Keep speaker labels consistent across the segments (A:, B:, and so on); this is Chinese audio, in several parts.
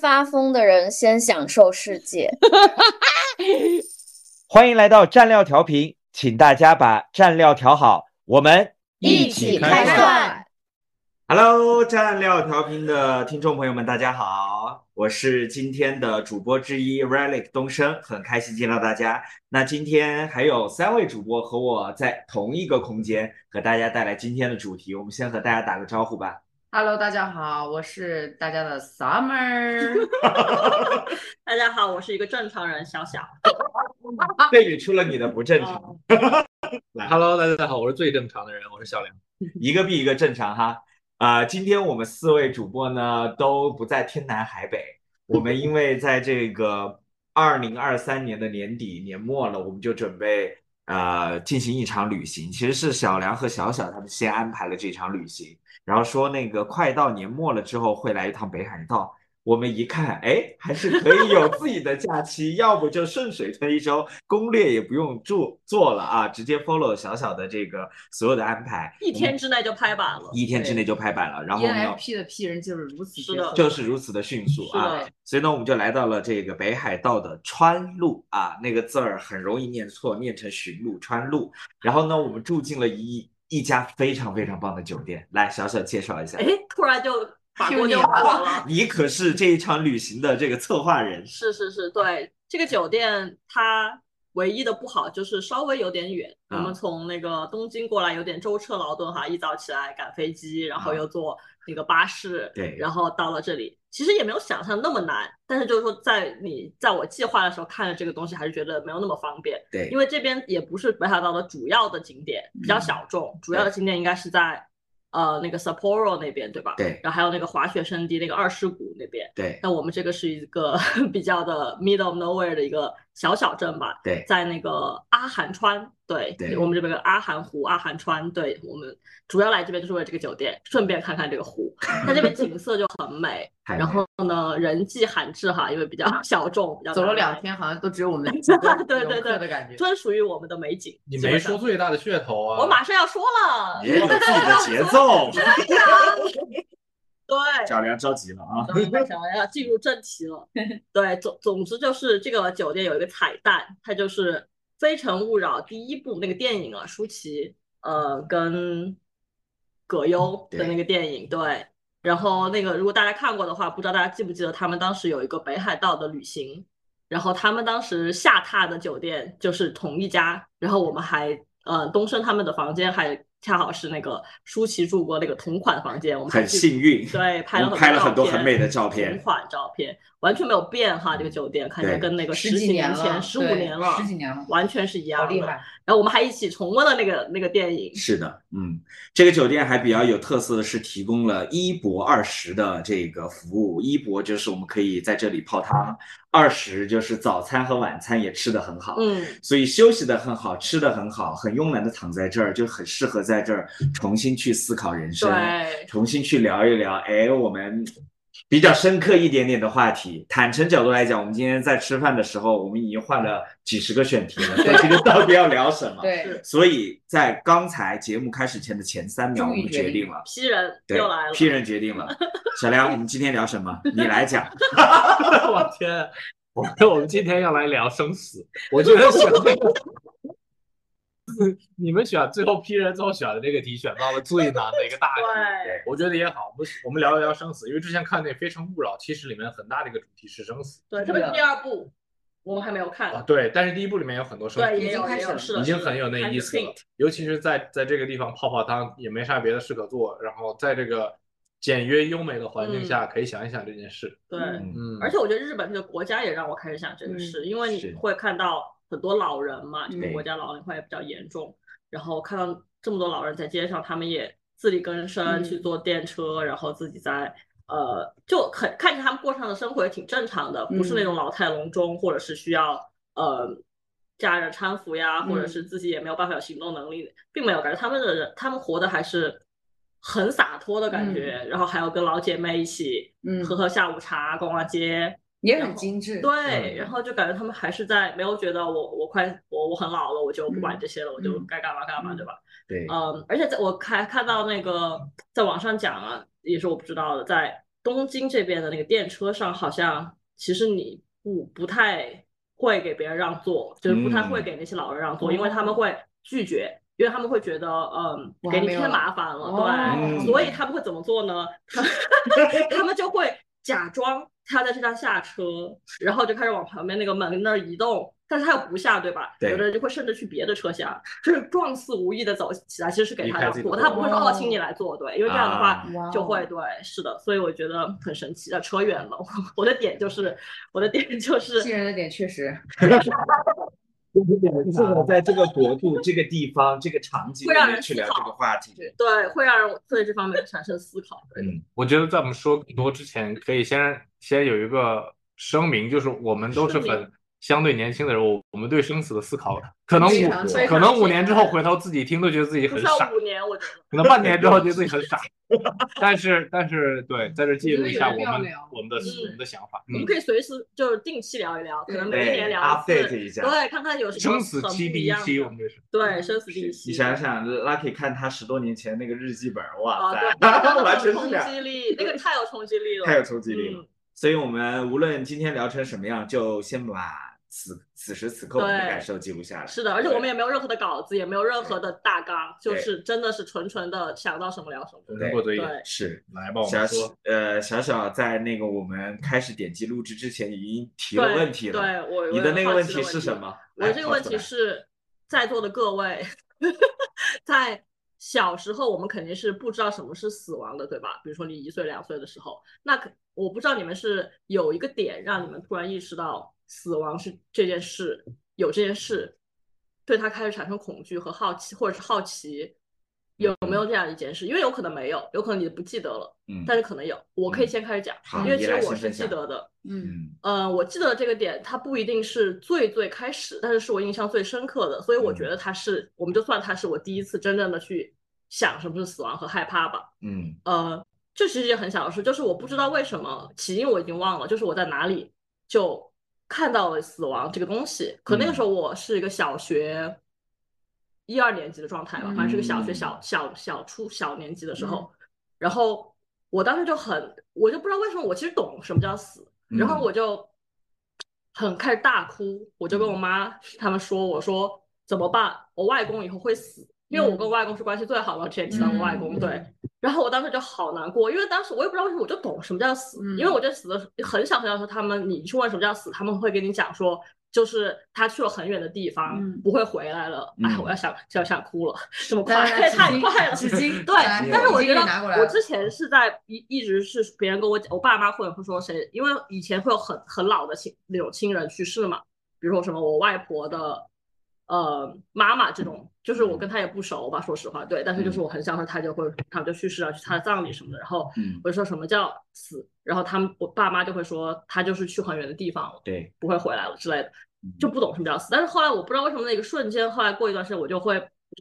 A: 发疯的人先享受世界。
B: 欢迎来到蘸料调频，请大家把蘸料调好，我们
C: 一起开涮。
B: Hello，蘸料调频的听众朋友们，大家好，我是今天的主播之一 Relic 东升，很开心见到大家。那今天还有三位主播和我在同一个空间，和大家带来今天的主题。我们先和大家打个招呼吧。
C: Hello，大家好，我是大家的 Summer。
D: 大家好，我是一个正常人，小小。
B: 嗯被语出了你的不正常。来
E: Hello，大家好，我是最正常的人，我是小梁。
B: 一个比一个正常哈。啊、呃，今天我们四位主播呢都不在天南海北，我们因为在这个二零二三年的年底年末了，我们就准备呃进行一场旅行。其实是小梁和小小他们先安排了这场旅行，然后说那个快到年末了之后会来一趟北海道。我们一看，哎，还是可以有自己的假期， 要不就顺水推舟，攻略也不用做做了啊，直接 follow 小小的这个所有的安排，
D: 一天之内就拍板了。
B: 一天之内就拍板了， 然后我们要
C: ENFP 的，E P 人就是如此
D: 是的
B: 就是如此的迅速啊
D: 是的。
B: 所以呢，我们就来到了这个北海道的川路啊，那个字儿很容易念错，念成寻路川路。然后呢，我们住进了一一家非常非常棒的酒店。来，小小介绍一下
D: 哎，，突然就法国
C: 就
D: 就
C: 你
D: 火了。
B: 你可是这一场旅行的这个策划人。
D: 是是是，对这个酒店，它唯一的不好就是稍微有点远。我
B: 啊
D: 们从那个东京过来有点舟车劳顿哈，一早起来赶飞机，然后
B: 啊
D: 又坐那个巴士，
B: 对
D: 然后到了这里，其实也没有想象那么难，但是就是说在你在我计划的时候看了这个东西，还是觉得没有那么方便。
B: 对
D: 因，为这边也不是北海道的主要的景点，比较小众，主要的景点应该是在呃那个 Sapporo 那边，对吧？
B: 对
D: 然后还有那个滑雪圣地那个二世谷那边。
B: 对，
D: 那我们这个是一个 比较的 middle of nowhere 的一个小小镇吧，
B: 对
D: 在那个阿寒川，对，
B: 对
D: 我们这边有个阿寒湖、阿寒川，对我们主要来这边就是为了这个酒店，顺便看看这个湖。那这边景色就很美，
B: 太
D: 然
B: 美
D: 后呢人迹罕至哈，因为比较 小众，比较
C: 走了
D: 难
C: 两
D: 来，
C: 天，好像都只有我们
D: 对对
C: 游客
D: 对
C: 的感觉。
D: 专属于我们的美景。
E: 你
D: 基
E: 没
D: 本上
E: 说，啊最大的噱头啊！
D: 我马上要说了，
B: 也有自己的节奏。
D: 对，
B: 小梁着急了啊！
D: 然后为什么要进入正题了？ 对，总总之就是这个酒店有一个彩蛋，它就是《非诚勿扰》第一部那个电影啊，舒淇呃跟葛优
B: 嗯
D: 的那个电影，对。然后那个如果大家看过的话，不知道大家记不记得他们当时有一个北海道的旅行，然后他们当时下榻的酒店就是同一家，然后我们还呃东升他们的房间还恰好是那个舒淇住过那个同款房间，我们还
B: 很
D: 去
B: 幸运，
D: 对，拍
B: 我
D: 了
B: 们拍了很
D: 很
B: 多
D: 多
B: 很美的照片嗯
D: 同款照片完全没有变哈，这个酒店看起来
B: 对
D: 跟那个
C: 十
D: 十
C: 几
D: 几
C: 年了
D: 前、十五
C: 对
D: 年了，
C: 十几年了
D: 完全是一
C: 好
D: 样
C: 厉
D: 的。
C: 害！
D: 然后我们还一起重温了那个那个电影，
B: 是的，嗯，这个酒店还比较有特色的是提供了一博二十的这个服务。一博就是我们可以在这里泡汤，二十就是早餐和晚餐也吃得很好，
D: 嗯，
B: 所以休息得很好，吃得很好，很慵懒的躺在这儿，就很适合在这儿重新去思考人生，
D: 对，
B: 重新去聊一聊，哎，我们比较深刻一点点的话题。坦诚角度来讲，我们今天在吃饭的时候，我们已经换了几十个选题了，所以这个到底要聊什么？
C: 对
D: 是，
B: 所以在刚才节目开始前的前三秒，我
C: 终于
B: 们决定了，
D: 批人
B: 对
D: 又来了，
B: 批人决定 了。小梁，我们今天聊什么？你来讲。
E: 我天，我觉得我们今天要来聊生死。我觉得选这个，你们选最后批人最后选的这个题，选到了最难的一个大题。
D: 对，
E: 我觉得也好，我们我们聊一聊生死，因为之前看那《非诚勿扰》，其实里面很大的一个主题是生死
D: 对，特别是第二部我们还没有看
E: 啊。，对，但是第一部里面有很多生
D: 对，
E: 死，
D: 也有
C: 已经开
D: 也
C: 始了
D: 有，是的，
E: 已经
D: 是的
E: 很有那
D: 开
E: 意
D: 始
E: 思了
D: hint，。
E: 尤其是在在这个地方泡泡汤，也没啥别的事可做，然后在这个简约优美的环境下，可以想一想这件事。
D: 对，
C: 嗯
E: 嗯，
D: 嗯而且我觉得日本这个国家也让我开始想这个事，因为你
B: 是
D: 会看到很多老人嘛，这个
B: 对
D: 国家老龄化也比较严重，然后看到这么多老人在街上，他们也自力更生、
C: 嗯
D: 去坐电车，然后自己在呃，就很看着他们过上的生活也挺正常的，不是那种老态龙钟，或者是需要呃家人搀扶呀，或者
C: 嗯
D: 是自己也没有办法有行动能力，并没有感觉他们的人，他们活的还是。很洒脱的感觉，然后还有跟老姐妹一起
C: 嗯
D: 喝喝下午茶、逛逛街，
C: 也很精致。
D: 对，然后就感觉他们还是在没有觉得我我快我我很老了，我就不管这些了，我就
C: 嗯
D: 该干嘛干嘛，对吧？
B: 对，
D: 嗯，而且在我看看到那个在网上讲啊，也是我不知道的，在东京这边的那个电车上，好像其实你不不太会给别人让座，就是不太会
B: 嗯
D: 给那些老人让座，因为他们会拒绝，因为他们会觉得，嗯，
C: 哦我
D: 给
C: 还
D: 你
C: 没有
D: 添
C: 来
D: 麻烦了，
C: 哦
D: 对，
B: 嗯
D: 所以他们会怎么做呢？他他们就会假装他在车上下车，然后就开始往旁边那个门那儿移动，但是他又不下，对吧？
B: 对
D: 有的人就会甚至去别的车厢，就是状似无意的走起来，其实是给
E: 离
D: 他
E: 开
D: 让
E: 自己的
D: 座，
E: 座
D: 他不会说
C: 位
D: 哦，请你来坐，对，因为这样的话。嗯
B: 啊
C: 哇
D: 就
C: 哦
D: 会对，是的，所以我觉得很神奇啊，扯远了。我的点就是，我的点就是，
C: 信任的点确实，
B: 是我在这个国度、这个地方、这个场景里面去聊这个话题。
D: 对，会让我对这方面产生思考。对
B: 嗯，
E: 我觉得在我们说更多之前，可以先先有一个声明，就是我们都是
D: 声明
E: 很相对年轻的人，我我们对生死的思考，可能
C: 非
E: 五
C: 常
D: 非
E: 可
D: 常
E: 能五年
D: 简
E: 之
D: 单
E: 后回头自己听都觉得自己
D: 不
E: 很
D: 需要
E: 傻，
D: 五年，我觉得。
E: 可能半年 之后觉得自己很傻。但是但是对，在这记录一下我
C: 我觉得有人
E: 们
C: 必要聊
E: 我们的
D: 嗯
E: 我们的想法，
D: 我们
E: 嗯，
D: 可以随时就是定期聊一聊，可能每一年
B: 对
D: 聊一
B: ，update
D: 次，
B: 一下。
D: 对，看看有什么
E: 生死
D: 很不
E: 期第
D: 一
E: 一
D: 样
E: 期，
D: 的
E: 我们这是
B: 嗯
D: 对，生死第一期。
B: 你想想，Lucky 看他十多年前那个日记本，哇
D: 啊，
B: 塞
D: 对，，
B: 完全
D: 那
B: 是这
D: 个有
B: 样
D: 冲，击力，那个太有冲击力了，
B: 太有冲击力了。
D: 嗯，
B: 所以我们无论今天聊成什么样，就先把此此时此刻我们的感受记录下来。
D: 是的，而且我们也没有任何的稿子，也没有任何的大纲，就
B: 对
D: 是真的是纯纯的想到什么聊什么。
E: 人过嘴瘾，
D: 对，
B: 是
E: 来
D: 哦
E: 吧，我
B: 小
E: 们说。
B: 呃小小在那个我们开始点击录制之前已经提了
D: 对
B: 问题了，
D: 对我
B: 你
D: 我
B: 的
D: 有
B: 那
D: 好
B: 个问
D: 奇
B: 题
D: 的
B: 是什？么？
D: 我
B: 来
D: 这个
B: 抛
D: 问
B: 哎出
D: 题
B: 来
D: 是，在座的各位， 在小时候我们肯定是不知道什么是死亡的，对吧？比如说你一岁两岁的时候，那可我不知道你们是有一个点让你们突然意识到死亡是这件事，有这件事，对它开始产生恐惧和好奇，或者是好奇，有没有这样一件事？因为有可能没有，有可能你不记得了，
B: 嗯
D: 但是可能有。我可以
B: 嗯
D: 先开始讲，
B: 好
D: 因为
B: 你
D: 其实
B: 来
D: 我
B: 先
D: 是
B: 分
D: 记
B: 享
D: 得的。
C: 嗯，
B: 嗯
D: 呃，我记得这个点，它不一定是最最开始，但是是我印象最深刻的，所以我觉得它是，我们就算它是我第一次真正的去想什么是死亡和害怕吧。
B: 嗯
D: 呃，这其实也很小的事，就是我不知道为什么起因我已经忘了，就是我在哪里就看到了死亡这个东西。可
B: 嗯
D: 那个时候我是一个小学一二年级的状态吧，反正是个小学
B: 嗯
D: 小小小初小年级的时候，然后我当时就很，我就不知道为什么，我其实懂什么叫死，然后
B: 嗯
D: 我就很开始大哭，我就跟我
B: 嗯
D: 妈他们说，我说怎么办？我外公以后会死，因为我跟我外公是关系最好的，我之前提到我外公，
B: 嗯
D: 对。然后我当时就好难过，因为当时我也不知道为什么，我就懂什么叫死，
C: 嗯
D: 因为我觉得死的时候很小很小的时候，他们你去问什么叫死，他们会跟你讲说，就是他去了很远的地方，
C: 嗯
D: 不会回来了。哎，
B: 嗯
D: 我要想要想哭了，这么
C: 来
D: 快，
C: 来来，纸
D: 太快
C: 巾，
D: 了，
C: 纸巾，
D: 对
C: 来，
B: 你
D: 但是
B: 有
D: 我
C: 纸
D: 觉
C: 巾
D: 得
C: 也拿过来
D: 我
C: 了
D: 之前是在一一直是别人跟我讲，我爸妈或者会说谁，因为以前会有很很老的亲那种亲人去世嘛，比如说什么我外婆的呃妈妈这种，就是
C: 嗯
D: 我跟她也不熟吧，说实话，对，但是
B: 嗯
D: 就是我很小时候她就会他们就去世啊了，去她的葬礼什么的，然后
B: 嗯，
D: 我就说什么叫死，然后他们我爸妈就会说他就是去很远的地方了，
B: 对，
D: 不会回来了之类的。
B: 嗯
D: 就不懂什么叫死。但是后来我不知道为什么那个瞬间，后来过一段时间，我就会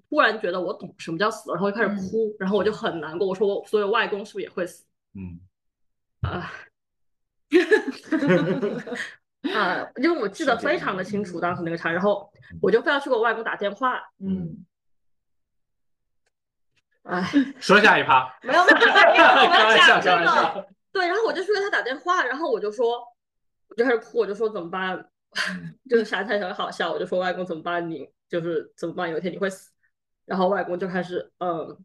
D: 突然觉得我懂什么叫死了，然后就开
B: 嗯
D: 始哭，然后我就很难过。我说我所有外公是不是也 会死
B: 嗯
D: 啊？因为我记得
B: 是这样嗯
D: 非常的清楚当时那个场景，然后我就非要去给我外公打电 话。
C: 嗯，
D: 哎，
E: 说下 一 趴，
D: 没有没有，没有没有
E: 开
D: 我
E: 玩笑
D: 要讲
E: 开
D: 真
E: 玩
D: 的。
E: 笑，
D: 对，然后我就去给他打电话，然后我就说，我就开始哭，我就说怎么办？ 就是想起来想好笑，我就说外公怎么办你？就是怎么办？有一天你会死。然后外公就开始嗯，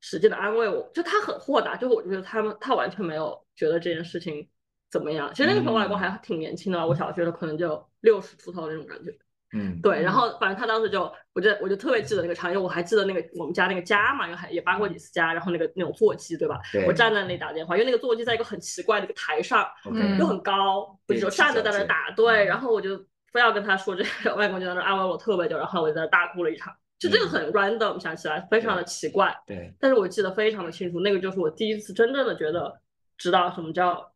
D: 使劲的安慰我，就他很豁达，就我觉得他们他完全没有觉得这件事情怎么样。其实那个时候外公还挺年轻的，我小学的可能就六十出头那种感觉。
B: 嗯，
D: 对，然后反正他当时就，我就我就特别记得那个场景，我还记得那个我们家那个家嘛，因为还也搬过几次家，然后那个那种座机，对吧？
B: 对
D: 我站在那里打电话，因为那个座机在一个很奇怪的一个台上，
B: OK，
C: 嗯
D: 又很高，我
B: 对
D: 就
B: 起
D: 站着
B: 脚
D: 在那
B: 尖
D: 打，对，
B: 嗯
D: 然后我就非要跟他说这个，外公就在那安慰我特别久，然后我就在那大哭了一场，就这个
B: 嗯
D: 很 random，想起来非常的奇怪，
B: 对，
D: 但是我记得非常的清楚，那个就是我第一次真正的觉得知道什么叫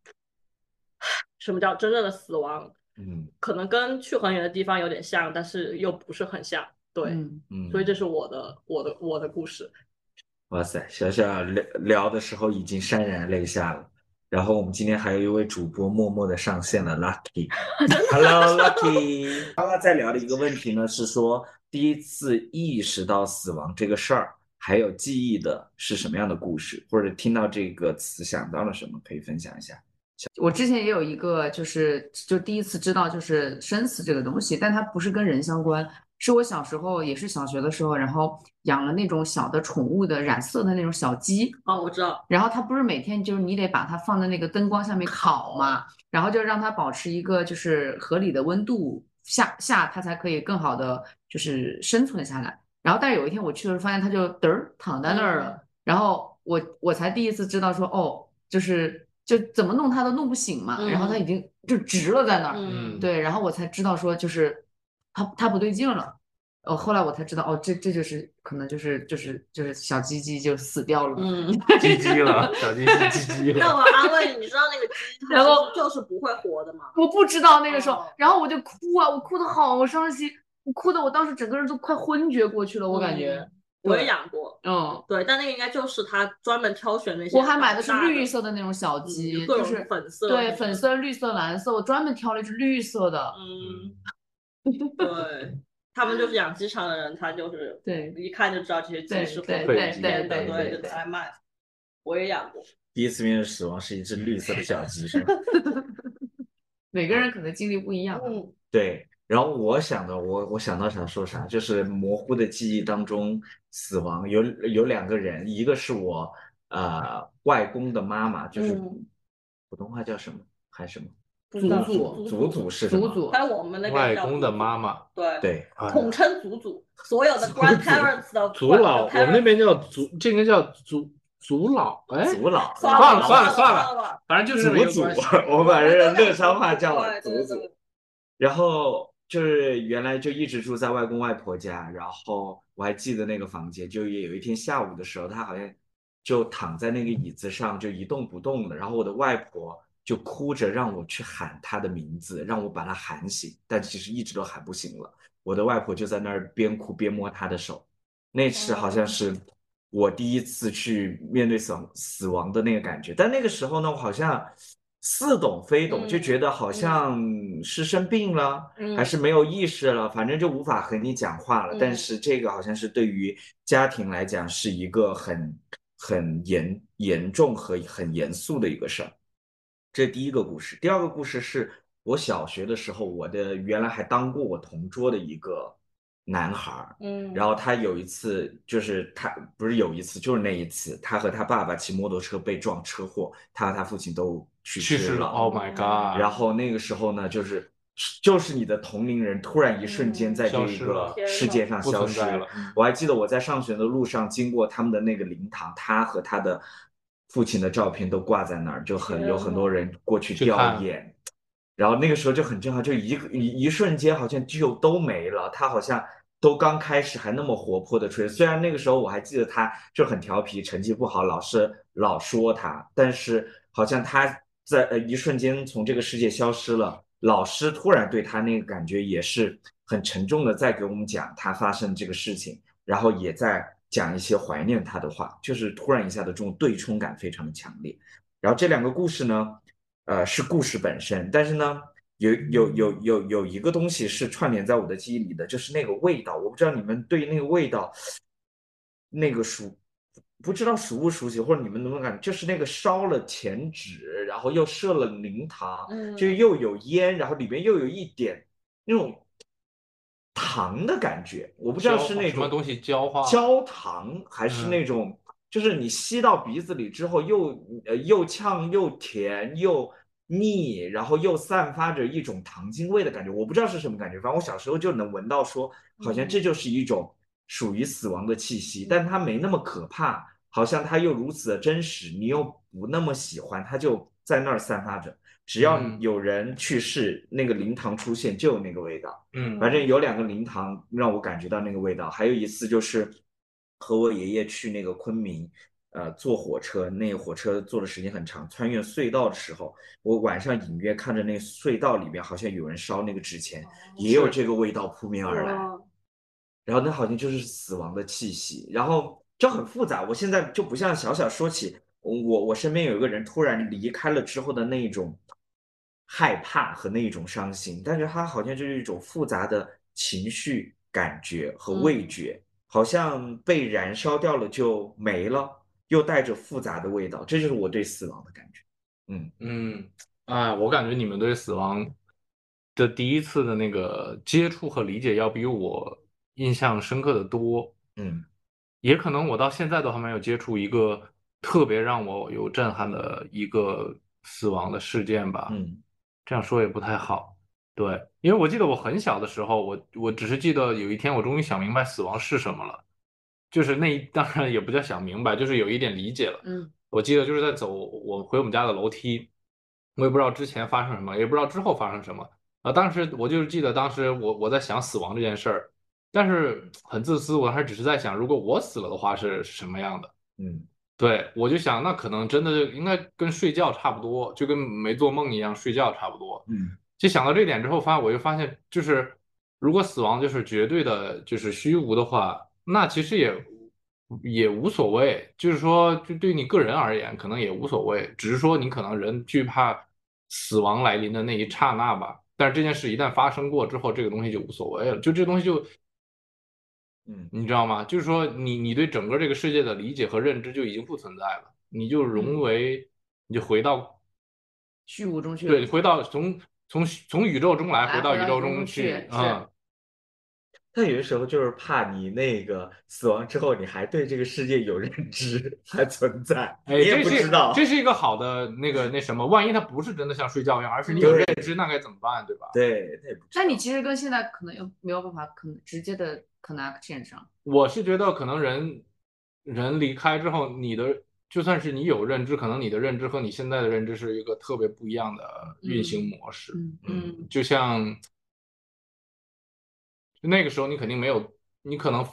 D: 什么叫真正的死亡，
B: 嗯
D: 可能跟去很远的地方有点像，但是又不是很像，对，
C: 嗯
B: 嗯，
D: 所以这是我的我的我的故事，
B: 哇塞，小小聊聊的时候已经潸然泪下了。然后我们今天还有一位主播默默的上线了，Lucky。Hello Lucky。刚刚在聊的一个问题呢，是说第一次意识到死亡这个事儿，还有记忆的是什么样的故事，或者听到这个词想到了什么，可以分享一下。
C: 我之前也有一个，就是就第一次知道就是生死这个东西，但它不是跟人相关，是我小时候也是小学的时候，然后养了那种小的宠物的染色的那种小鸡，
D: 哦，我知道，
C: 然后它不是每天就是你得把它放在那个灯光下面烤嘛，然后就让它保持一个就是合理的温度下下，它才可以更好的就是生存下来。然后但是有一天我去的时候发现它就嘚儿躺在那
D: 嗯
C: 儿了，然后我我才第一次知道说哦，就是就怎么弄它都弄不醒嘛，然后它已经就直了在那儿，
D: 嗯，
C: 对，然后我才知道说就是它它不对劲了。呃，后来我才知道，哦，这这就是可能就是就是就是小鸡鸡就死掉了，
D: 嗯，
E: 鸡鸡 了，小鸡鸡鸡鸡
D: 那
E: 了。
D: 我安慰你，你知道那个鸡，它
C: 然后
D: 其实就是不会活的嘛。
C: 我不知道那个时候
D: 哦，
C: 然后我就哭啊，我哭的好伤心，我哭的我当时整个人都快昏厥过去了，我感觉
D: 嗯，我也
C: 对
D: 养过，
C: 嗯，
D: 对，但那个应该就是它专门挑选那些
C: 我还
D: 长
C: 买的是
D: 大
C: 绿色的那种小
D: 嗯
C: 鸡，
D: 各
C: 就
D: 种
C: 是
D: 粉色
C: 对
D: 那
C: 粉
D: 种
C: 色、绿色、蓝色，我专门挑了一只绿色的，
D: 嗯，对，他们就是养鸡场的人，他就是
C: 对
D: 一看就知道这些鸡
C: 对
D: 是
C: 对
D: 活
E: 对
D: 的
E: 对
D: 对
E: 对
D: 对，
C: 对
D: 就在卖。我也养过，
B: 第一次面对死亡是一只绿色的小鸡，是吗？
C: 每个人可能经历不一样，
D: 嗯，
B: 对，然后我想的，我我想到啥说啥，就是模糊的记忆当中，死亡有有两个人，一个是我呃外公的妈妈，就是
D: 嗯
B: 普通话叫什么还是什么
D: 不
C: 祖
D: 知道
C: 祖
D: 祖
B: 祖祖是什
C: 祖
B: 么？
C: 祖，
D: 但我们那边
E: 外
D: 叫
E: 公
D: 祖
E: 的
D: 祖
E: 妈，妈，
D: 对，
B: 对，
E: 哎
D: 统称祖祖，所有的 grandparents 的
E: 祖老，我
D: grandparents
E: 们那边叫祖，这个叫祖祖老，哎，
B: 祖老，
D: 算
E: 算
D: 了
E: 了算了
D: 算
E: 算
D: 了，
E: 反正就是
B: 祖
E: 没有
B: 祖
E: 关系。，
B: 我 把
D: 们
B: 人
D: 都
B: 乐
D: 叫
B: 山
D: 祖
B: 话
D: 祖
B: 叫了
D: 对
B: 祖
D: 对
B: 祖。
D: 对
B: 然后就是原来就一直住在外公外婆家，然后我还记得那个房间，就也有一天下午的时候，他好像就躺在那个椅子上就一动不动的，然后我的外婆就哭着让我去喊他的名字，让我把他喊醒，但其实一直都喊不醒了。我的外婆就在那儿边哭边摸他的手，那次好像是我第一次去面对死亡死亡的那个感觉，但那个时候呢，我好像似懂非懂，就
D: 嗯
B: 觉得好像是生病了。
D: 嗯
B: 还是没有意识了，反正就无法和你讲话了。但
D: 嗯
B: 是这个好像是对于家庭来讲是一个很很严严重和很严肃的一个事儿。这第一个故事，第二个故事是我小学的时候，我的原来还当过我同桌的一个男孩儿，
D: 嗯，
B: 然后他有一次，就是他不是有一次，就是那一次，他和他爸爸骑摩托车被撞车祸，他和他父亲都去
E: 去世
B: 世
E: 了
B: 了。
E: ，Oh my god！
B: 然后那个时候呢，就是就是你的同龄人突然一瞬间在这
E: 消
B: 一
E: 失
B: 个
E: 了
B: 世界上
E: 不
B: 消
E: 存
B: 失
E: 在了。嗯
B: 我还记得我在上学的路上经过他们的那个灵堂，他和他的父亲的照片都挂在那儿，就很
D: 天
B: 有很多人过去
E: 去
B: 吊
E: 看
B: 唁。然后那个时候就很震撼，就一个一一瞬间好像就都没了。他好像都刚开始还那么活泼的吹，虽然那个时候我还记得他就很调皮，成绩不好，老师老说他，但是好像他在呃一瞬间从这个世界消失了。老师突然对他那个感觉也是很沉重的，在给我们讲他发生这个事情，然后也在讲一些怀念他的话，就是突然一下的这种对冲感非常的强烈。然后这两个故事呢，呃，是故事本身，但是呢，有有有有有一个东西是串联在我的记忆里的，就是那个味道。我不知道你们对那个味道，那个熟，不知道熟不熟悉，或者你们能不能感觉，就是那个烧了钱纸，然后又设了灵堂，
D: 嗯
B: 就又有烟，然后里面又有一点那种糖的感觉，我不知道
E: 焦
B: 是那
E: 什么
B: 种
E: 东西焦化
B: 焦糖，还是
E: 嗯
B: 那种就是你吸到鼻子里之后又呃又呛又甜又腻，然后又散发着一种糖精味的感觉，我不知道是什么感觉，反正我小时候就能闻到说，好像这就是一种属于死亡的气
E: 嗯
B: 息，但它没那么可怕，好像它又如此的真实，你又不那么喜欢，它就在那儿散发着。只要
E: 嗯
B: 有人去世，那个灵堂出现就有那个味道。
E: 嗯
B: 反正有两个灵堂让我感觉到那个味道，还有一次就是和我爷爷去那个昆明，呃，坐火车，那个火车坐的时间很长，穿越隧道的时候，我晚上隐约看着那隧道里面好像有人烧那个纸钱，也有
E: 哦是
B: 这个味道扑面而来。
D: 哇
B: 然后那好像就是死亡的气息，然后就很复杂。我现在就不像小小说起，我我身边有一个人突然离开了之后的那一种害怕和那一种伤心，但是他好像就是一种复杂的情绪感觉和味觉，好像被燃烧掉了就没了，又带着复杂的味道，这就是我对死亡的感觉。嗯，
E: 嗯，哎，我感觉你们对死亡的第一次的那个接触和理解，要比我印象深刻的多。
B: 嗯，
E: 也可能我到现在都还没有接触一个特别让我有震撼的一个死亡的事件吧。
B: 嗯，
E: 这样说也不太好。对，因为我记得我很小的时候，我我只是记得有一天我终于想明白死亡是什么了，就是那一当然也不叫想明白，就是有一点理解了。
C: 嗯
E: 我记得就是在走我回我们家的楼梯，我也不知道之前发生什么，也不知道之后发生什么啊。当时我就是记得当时我我在想死亡这件事儿，但是很自私，我还只是在想，如果我死了的话是是什么样的。
B: 嗯，
E: 对，我就想，那可能真的应该跟睡觉差不多，就跟没做梦一样，睡觉差不多。
B: 嗯，
E: 就想到这一点之后，发现我就发现，就是如果死亡就是绝对的，就是虚无的话，那其实也也无所谓。就是说，就对你个人而言，可能也无所谓，只是说你可能人惧怕死亡来临的那一刹那吧。但是这件事一旦发生过之后，这个东西就无所谓了，就这东西就
B: 嗯，
E: 你知道吗？就是说你你对整个这个世界的理解和认知就已经不存在了，
C: 嗯
E: 你就融为，你就回到。
C: 虚无中去了。
E: 对，回到从从从宇宙中来，
C: 来
E: 回到
C: 回
E: 宇
C: 到
E: 宙
C: 宇宙中
E: 去
C: 去
E: 啊。
B: 但有的时候就是怕你那个死亡之后，你还对这个世界有认知，还存在，
E: 哎，
B: 你也
E: 这
B: 不
E: 是
B: 知道。
E: 这是一个好的那个那什么，万一它不是真的像睡觉一样，而是你有
B: 对
E: 认知，那该怎么办，对吧？
B: 对，那也不知
C: 但你
B: 道
C: 其实跟现在可能又没有办法可能直接的 connection 上，
E: 我是觉得可能人人离开之后，你的就算是你有认知，可能你的认知和你现在的认知是一个特别不一样的运行模式。
C: 嗯
B: 嗯
D: 嗯
E: 就像就那个时候，你肯定没有，你可能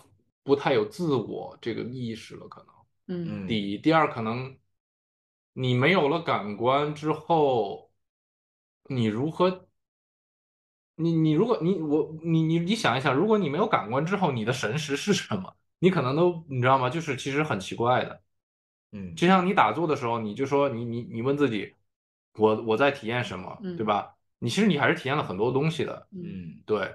E: 不太有自我这个意识了，可能。
C: 嗯
B: 嗯，
E: 第一，第二，可能你没有了感官之后，你如何？你你如果你我你你你想一想，如果你没有感官之后，你的神识是什么？你可能都你知道吗？就是其实很奇怪的。
B: 嗯，
E: 就像你打坐的时候，你就说你你你问自己，我我在体验什么，
C: 嗯
E: 对吧？你其实你还是体验了很多东西的，
B: 嗯
E: 对，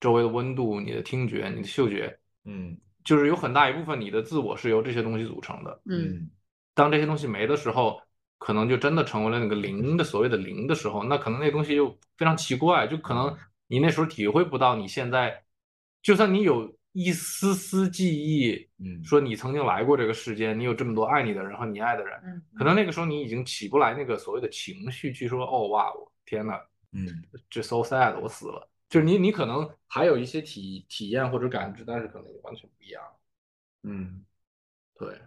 E: 周围的温度、你的听觉、你的嗅觉，
B: 嗯
E: 就是有很大一部分你的自我是由这些东西组成的。
C: 嗯
B: 嗯
E: 当这些东西没的时候，可能就真的成为了那个零的所谓的零的时候，那可能那东西又非常奇怪，就可能你那时候体会不到你现在，就算你有一丝丝记忆，
B: 嗯，
E: 说你曾经来过这个世间，你有这么多爱你的人和你爱的人，
C: 嗯
E: 可能那个时候你已经起不来那个所谓的情绪去说，哦哇，我天呐，
B: 嗯
E: 这 so sad，我死了。就是你，你可能还有一些体体验或者感知，但是可能完全不一样。
B: 嗯。
E: 对，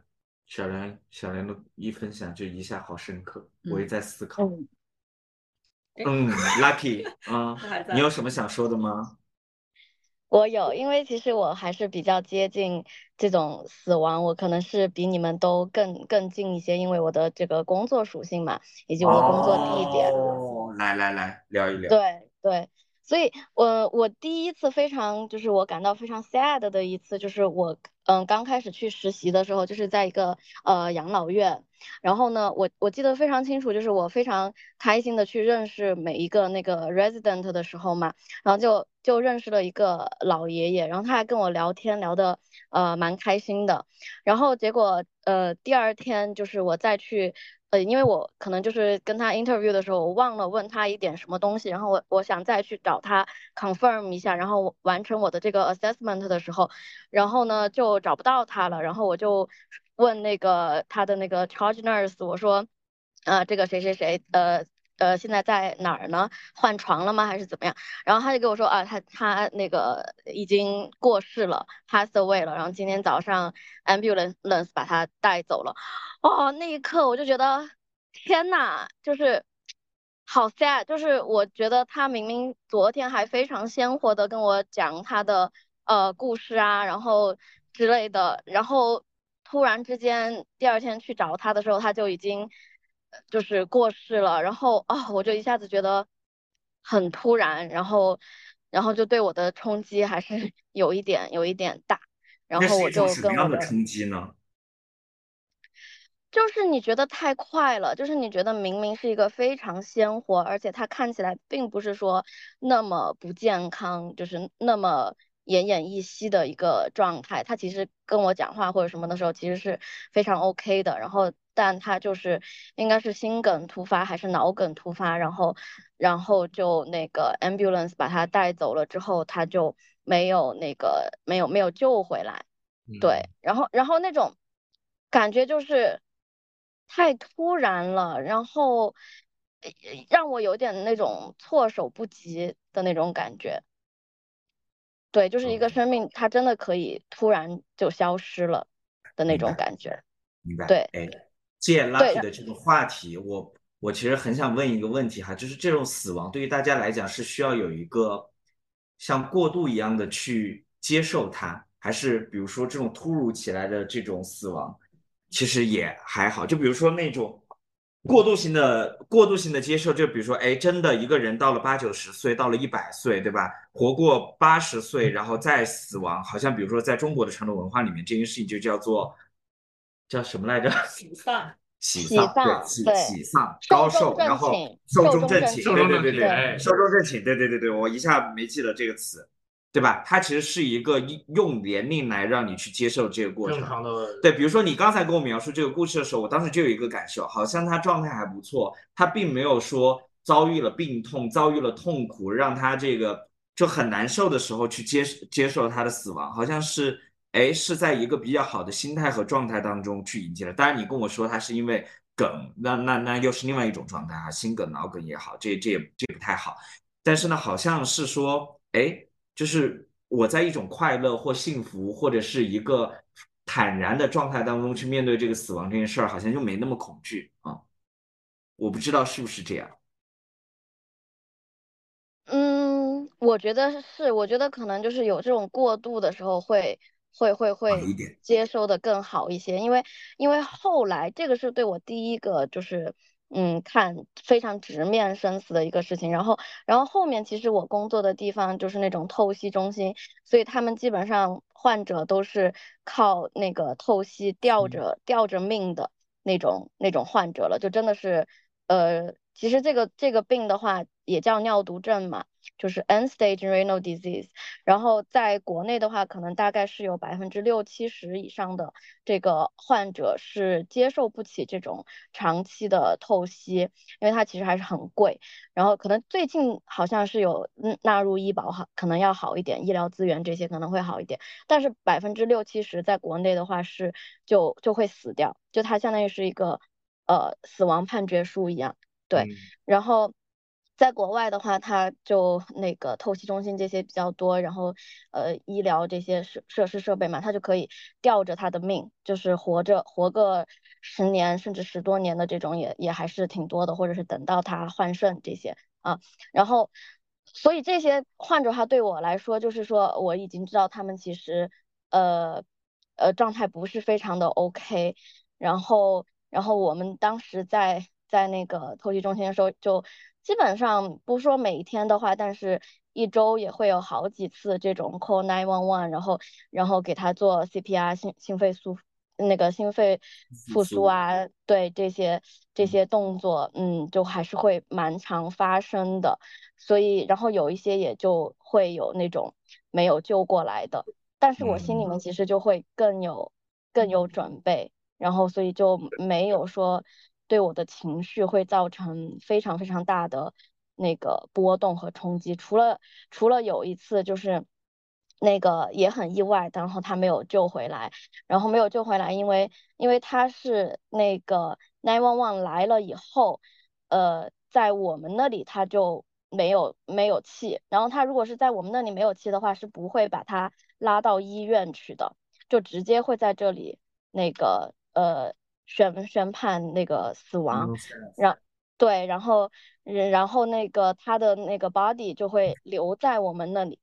B: 小梁，小梁的一分享就一下好深刻，我也在思考。
A: 嗯
B: 嗯，Lucky 啊，
D: 他还在
B: 你有什么想说的吗？
F: 我有，因为其实我还是比较接近这种死亡，我可能是比你们都更更近一些，因为我的这个工作属性嘛，以及我的工作地点。
B: 哦，来来来，聊一聊。
F: 对对，所以我我第一次非常就是我感到非常 sad 的一次，就是我嗯刚开始去实习的时候，就是在一个呃养老院，然后呢，我我记得非常清楚，就是我非常开心的去认识每一个那个 resident 的时候嘛，然后就就认识了一个老爷爷，然后他还跟我聊天，聊的呃蛮开心的，然后结果呃第二天就是我再去。呃，因为我可能就是跟他 interview 的时候，我忘了问他一点什么东西，然后我我想再去找他 confirm 一下，然后我完成我的这个 assessment 的时候，然后呢就找不到他了，然后我就问那个他的那个 charge nurse，我说，呃，这个谁谁谁，呃呃，现在在哪儿呢？换床了吗？还是怎么样？然后他就跟我说啊，他他那个已经过世了，passed away 了，然后今天早上 ambulance 把他带走了。哦，那一刻我就觉得，天呐，就是好 sad，就是我觉得他明明昨天还非常鲜活的跟我讲他的呃故事啊，然后之类的，然后突然之间第二天去找他的时候，他就已经呃就是过世了，然后啊、我就一下子觉得很突然，然后然后就对我的冲击还是 有一点有一点大，然
B: 那
F: 后
B: 是
F: 我
B: 一种
F: 就
B: 什么
F: 跟我
B: 样的
F: 的。
B: 冲击呢？
F: 就是你觉得太快了，就是你觉得明明是一个非常鲜活，而且它看起来并不是说那么不健康，就是那么奄奄一息的一个状态。他其实跟我讲话或者什么的时候，其实是非常 OK 的。然后，但他就是应该是心梗突发还是脑梗突发，然后，然后就那个 ambulance 把他带走了之后，他就没有那个没有没有救回来。
E: 嗯
F: 对，然后然后那种感觉就是太突然了，然后呃让我有点那种措手不及的那种感觉。对，就是一个
B: 嗯
F: 生命，它真的可以突然就消失了的那
B: 明
F: 种
B: 白
F: 感觉。
B: 明白，
F: 对
B: 哎，借 Lucky
F: 然
B: 的这个话题，我我其实很想问一个问题哈，就是这种死亡对于大家来讲是需要有一个像过渡一样的去接受它，还是比如说这种突如其来的这种死亡，其实也还好。就比如说那种过渡性的过渡性的接受，就比如说，哎，真的一个人到了八九十岁，到了一百岁，对吧？活过八十岁，然后再死亡，好像比如说在中国的传统文化里面，这件事情就叫做叫什么来着？
D: 行吧，
B: 喜
F: 喜
B: 丧，
F: 丧
B: 喜
F: 对
B: 喜丧，
F: 寿
B: 高
F: 终
B: 寿，然
F: 正
B: 后
F: 寝
B: 寿
F: 寿
B: 终
F: 终
B: 正
F: 正
B: 寝，
E: 寿
B: 对
E: 终
B: 对
E: 正
B: 对
E: 寝
B: 对，
E: 哎
B: 寿终正寝，对对对对，我一下没记得这个词，对吧？它其实是一个一用年龄来让你去接受这个过
E: 正
B: 程。
E: 常的，
B: 对，比如说你刚才跟我描述这个故事的时候，我当时就有一个感受，好像他状态还不错，他并没有说遭遇了病痛、遭遇了痛苦，让他这个就很难受的时候去接接受他的死亡，好像是哎是在一个比较好的心态和状态当中去迎接的。当然，你跟我说他是因为梗，那那那又是另外一种状态啊，心梗、脑梗也好，这这也这也不太好。但是呢，好像是说，哎，就是我在一种快乐或幸福，或者是一个坦然的状态当中去面对这个死亡这件事儿，好像就没那么恐惧啊、我不知道是不是这样。
F: 嗯，我觉得是，我觉得可能就是有这种过渡的时候会，会会会
B: 一点
F: 接收的更好一些，因为因为后来这个是对我第一个就是嗯看非常直面生死的一个事情，然后然后后面其实我工作的地方就是那种透析中心，所以他们基本上患者都是靠那个透析
B: 嗯
F: 吊着吊着命的那种那种患者了，就真的是，呃，其实这个这个病的话也叫尿毒症嘛，就是 end stage renal disease。然后在国内的话，可能大概是有百分之六七十以上的这个患者是接受不起这种长期的透析，因为它其实还是很贵。然后可能最近好像是有嗯纳入医保好，可能要好一点，医疗资源这些可能会好一点。但是百分之六七十在国内的话是就就会死掉，就它相当于是一个呃死亡判决书一样。对
E: 嗯
F: 然后在国外的话，它就那个透析中心这些比较多，然后呃医疗这些设设施设备嘛，它就可以吊着他的命，就是活着活个十年甚至十多年的这种也也还是挺多的，或者是等到他换肾这些啊，然后。所以这些患者他对我来说，就是说我已经知道他们其实，呃，呃状态不是非常的 OK，然后，然后我们当时在在那个透析中心的时候，就基本上不说每一天的话，但是一周也会有好几次这种 call nine one one，然后然后给他做 CPR 心心肺苏那个心肺复苏
B: 苏
F: 啊，对这些这些动作，嗯，就还是会蛮常发生的。所以，然后有一些也就会有那种没有救过来的，但是我心里面其实就会更有更有准备，然后所以就没有说对我的情绪会造成非常非常大的那个波动和冲击。除了除了有一次就是那个也很意外，然后他没有救回来，然后没有救回来，因为因为他是那个 nine one one 来了以后，呃，在我们那里他就没有没有气，然后他如果是在我们那里没有气的话，是不会把他拉到医院去的，就直接会在这里那个呃宣宣判那个死
E: 嗯
F: 亡，然对，然后然然后那个他的那个 body 就会留在我们那里。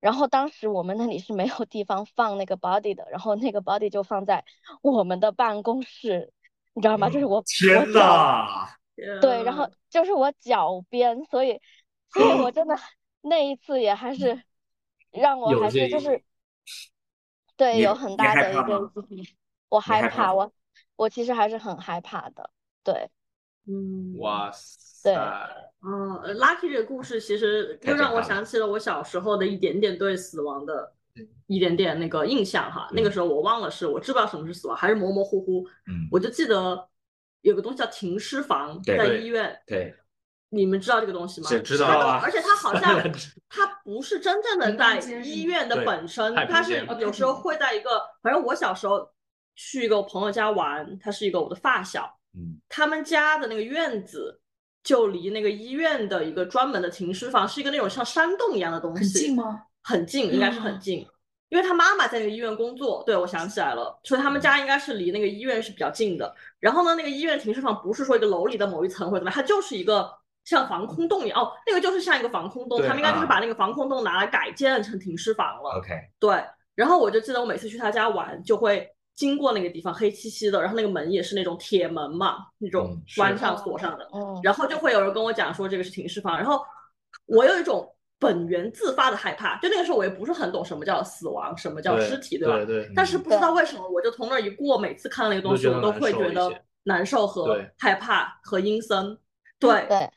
F: 然后当时我们那里是没有地方放那个 body 的，然后那个 body 就放在我们的办公室，你知道吗？就是我我
B: 天
F: 脚
B: 呐，
D: 嗯
F: 对，然后就是我脚边，所以所以我真 的那一次也还是让我
E: 有
F: 还
E: 这
F: 是就
E: 一
F: 是对
B: 你
F: 有
B: 你
F: 很大
B: 害
F: 的一
B: 怕
F: 个
B: 吗
F: 我
B: 害
F: 害
B: 怕
F: 怕，
B: 吗
F: 我我其实还是很害怕的，对
D: 嗯，
E: 哇
F: 对
E: 塞，
D: 嗯，Lucky 这个故事其实
B: 太震
D: 又让我
B: 撼了嗯
D: 想起了我小时候的一点点对死亡的一点点那个印象哈。那个时候我忘了是我知不知道什么是死亡，还是模模糊糊。
B: 嗯，
D: 我就记得有个东西叫停尸房，
B: 对
D: 在
E: 对
D: 医院。
B: 对，
D: 你们知道这个东西吗？
E: 这知
D: 它
E: 道
D: 的
B: 啊
D: 而且它好 像它不是真正的
C: 民间
D: 在
C: 街是
D: 医
C: 吗
D: 院的
E: 对
D: 本身，
E: 太
D: 它
E: 平
D: 是
E: 间
D: 有时候会在一个，反正我小时候去一个我朋友家玩，他是一个我的发小，
B: 嗯，
D: 他们家的那个院子就离那个医院的一个专门的停尸房是一个那种像山洞一样的东
C: 很
D: 西，
C: 近吗？嗯
D: 很近，应该是很近，因为他妈妈在那个医院工作。对，我想起来了，所以他们家应该是离那个医院是比较近的。然后呢，那个医院停尸房不是说一个楼里的某一层或者怎么样，它就是一个像防空洞一样，哦，那个就是像一个防空洞，
B: 对
D: 他们应该就是
B: 啊
D: 把那个防空洞拿来改建成停尸房
E: 哦
D: 了。
B: OK，
D: 对，然后我就记得我每次去他家玩，就会经过那个地方，黑漆漆的，然后那个门也是那种铁门嘛，那种
B: 嗯是
D: 关上锁上的。
F: 嗯，
D: 然后就会有人跟我讲说这个是停尸房，然后我有一种本源自发的害怕，就那个时候我也不是很懂什么叫死亡，什么叫尸体，对吧？
E: 对嗯对
D: 但是不知道为什么，我就从那儿一过，每次看到那个东西，
E: 都觉
D: 我都
E: 得
D: 会
E: 难受
D: 觉
E: 一
D: 得
E: 些
D: 难受和
E: 对
D: 害怕和阴森。对，
F: 对，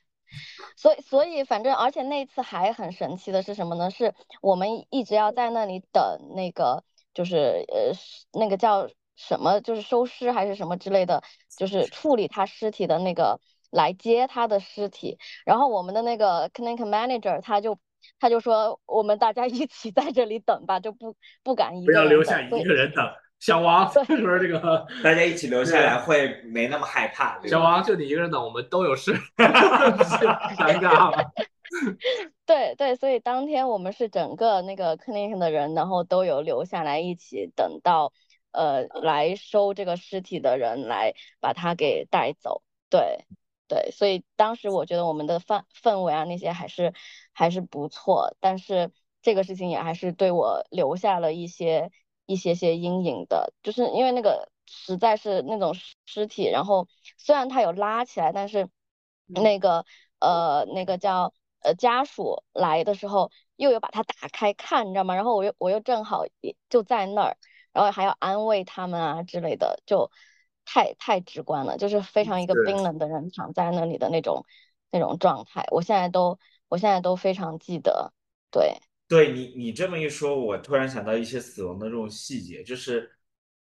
F: 所以所以反正，而且那一次还很神奇的是什么呢？是我们一直要在那里等那个，就是呃是那个叫什么，就是收尸还是什么之类的，就是处理他尸体的那个来接他的尸体。然后我们的那个 clinic manager 他就他就说，我们大家一起在这里等吧，就不不敢一
E: 不
F: 个
E: 要
F: 人
E: 留
F: 等
E: 下
F: 所
E: 一
F: 以
E: 个人等。小王， 是不是这个？
B: 大家一起留下来会没那么害怕。对吧
E: 小王，就你一个人等，我们都有事， 尴尬了。
F: 对对，所以当天我们是整个那个 clinic 的人，然后都有留下来一起等到，呃，来收这个尸体的人来把他给带走。对对，所以当时我觉得我们的氛氛围啊那些还是还是不错，但是这个事情也还是对我留下了一些一些些阴影的，就是因为那个实在是那种尸尸体，然后虽然它有拉起来，但是那个呃那个叫。呃家属来的时候，又有把它打开看，你知道吗？然后我又我又正好也就在那儿，然后还要安慰他们啊之类的，就太太直观了，就是非常一个
E: 是
F: 冰冷的人躺在那里的那种那种状态，我现在都我现在都非常记得，对，
B: 对你，你这么一说，我突然想到一些死亡的这种细节，就是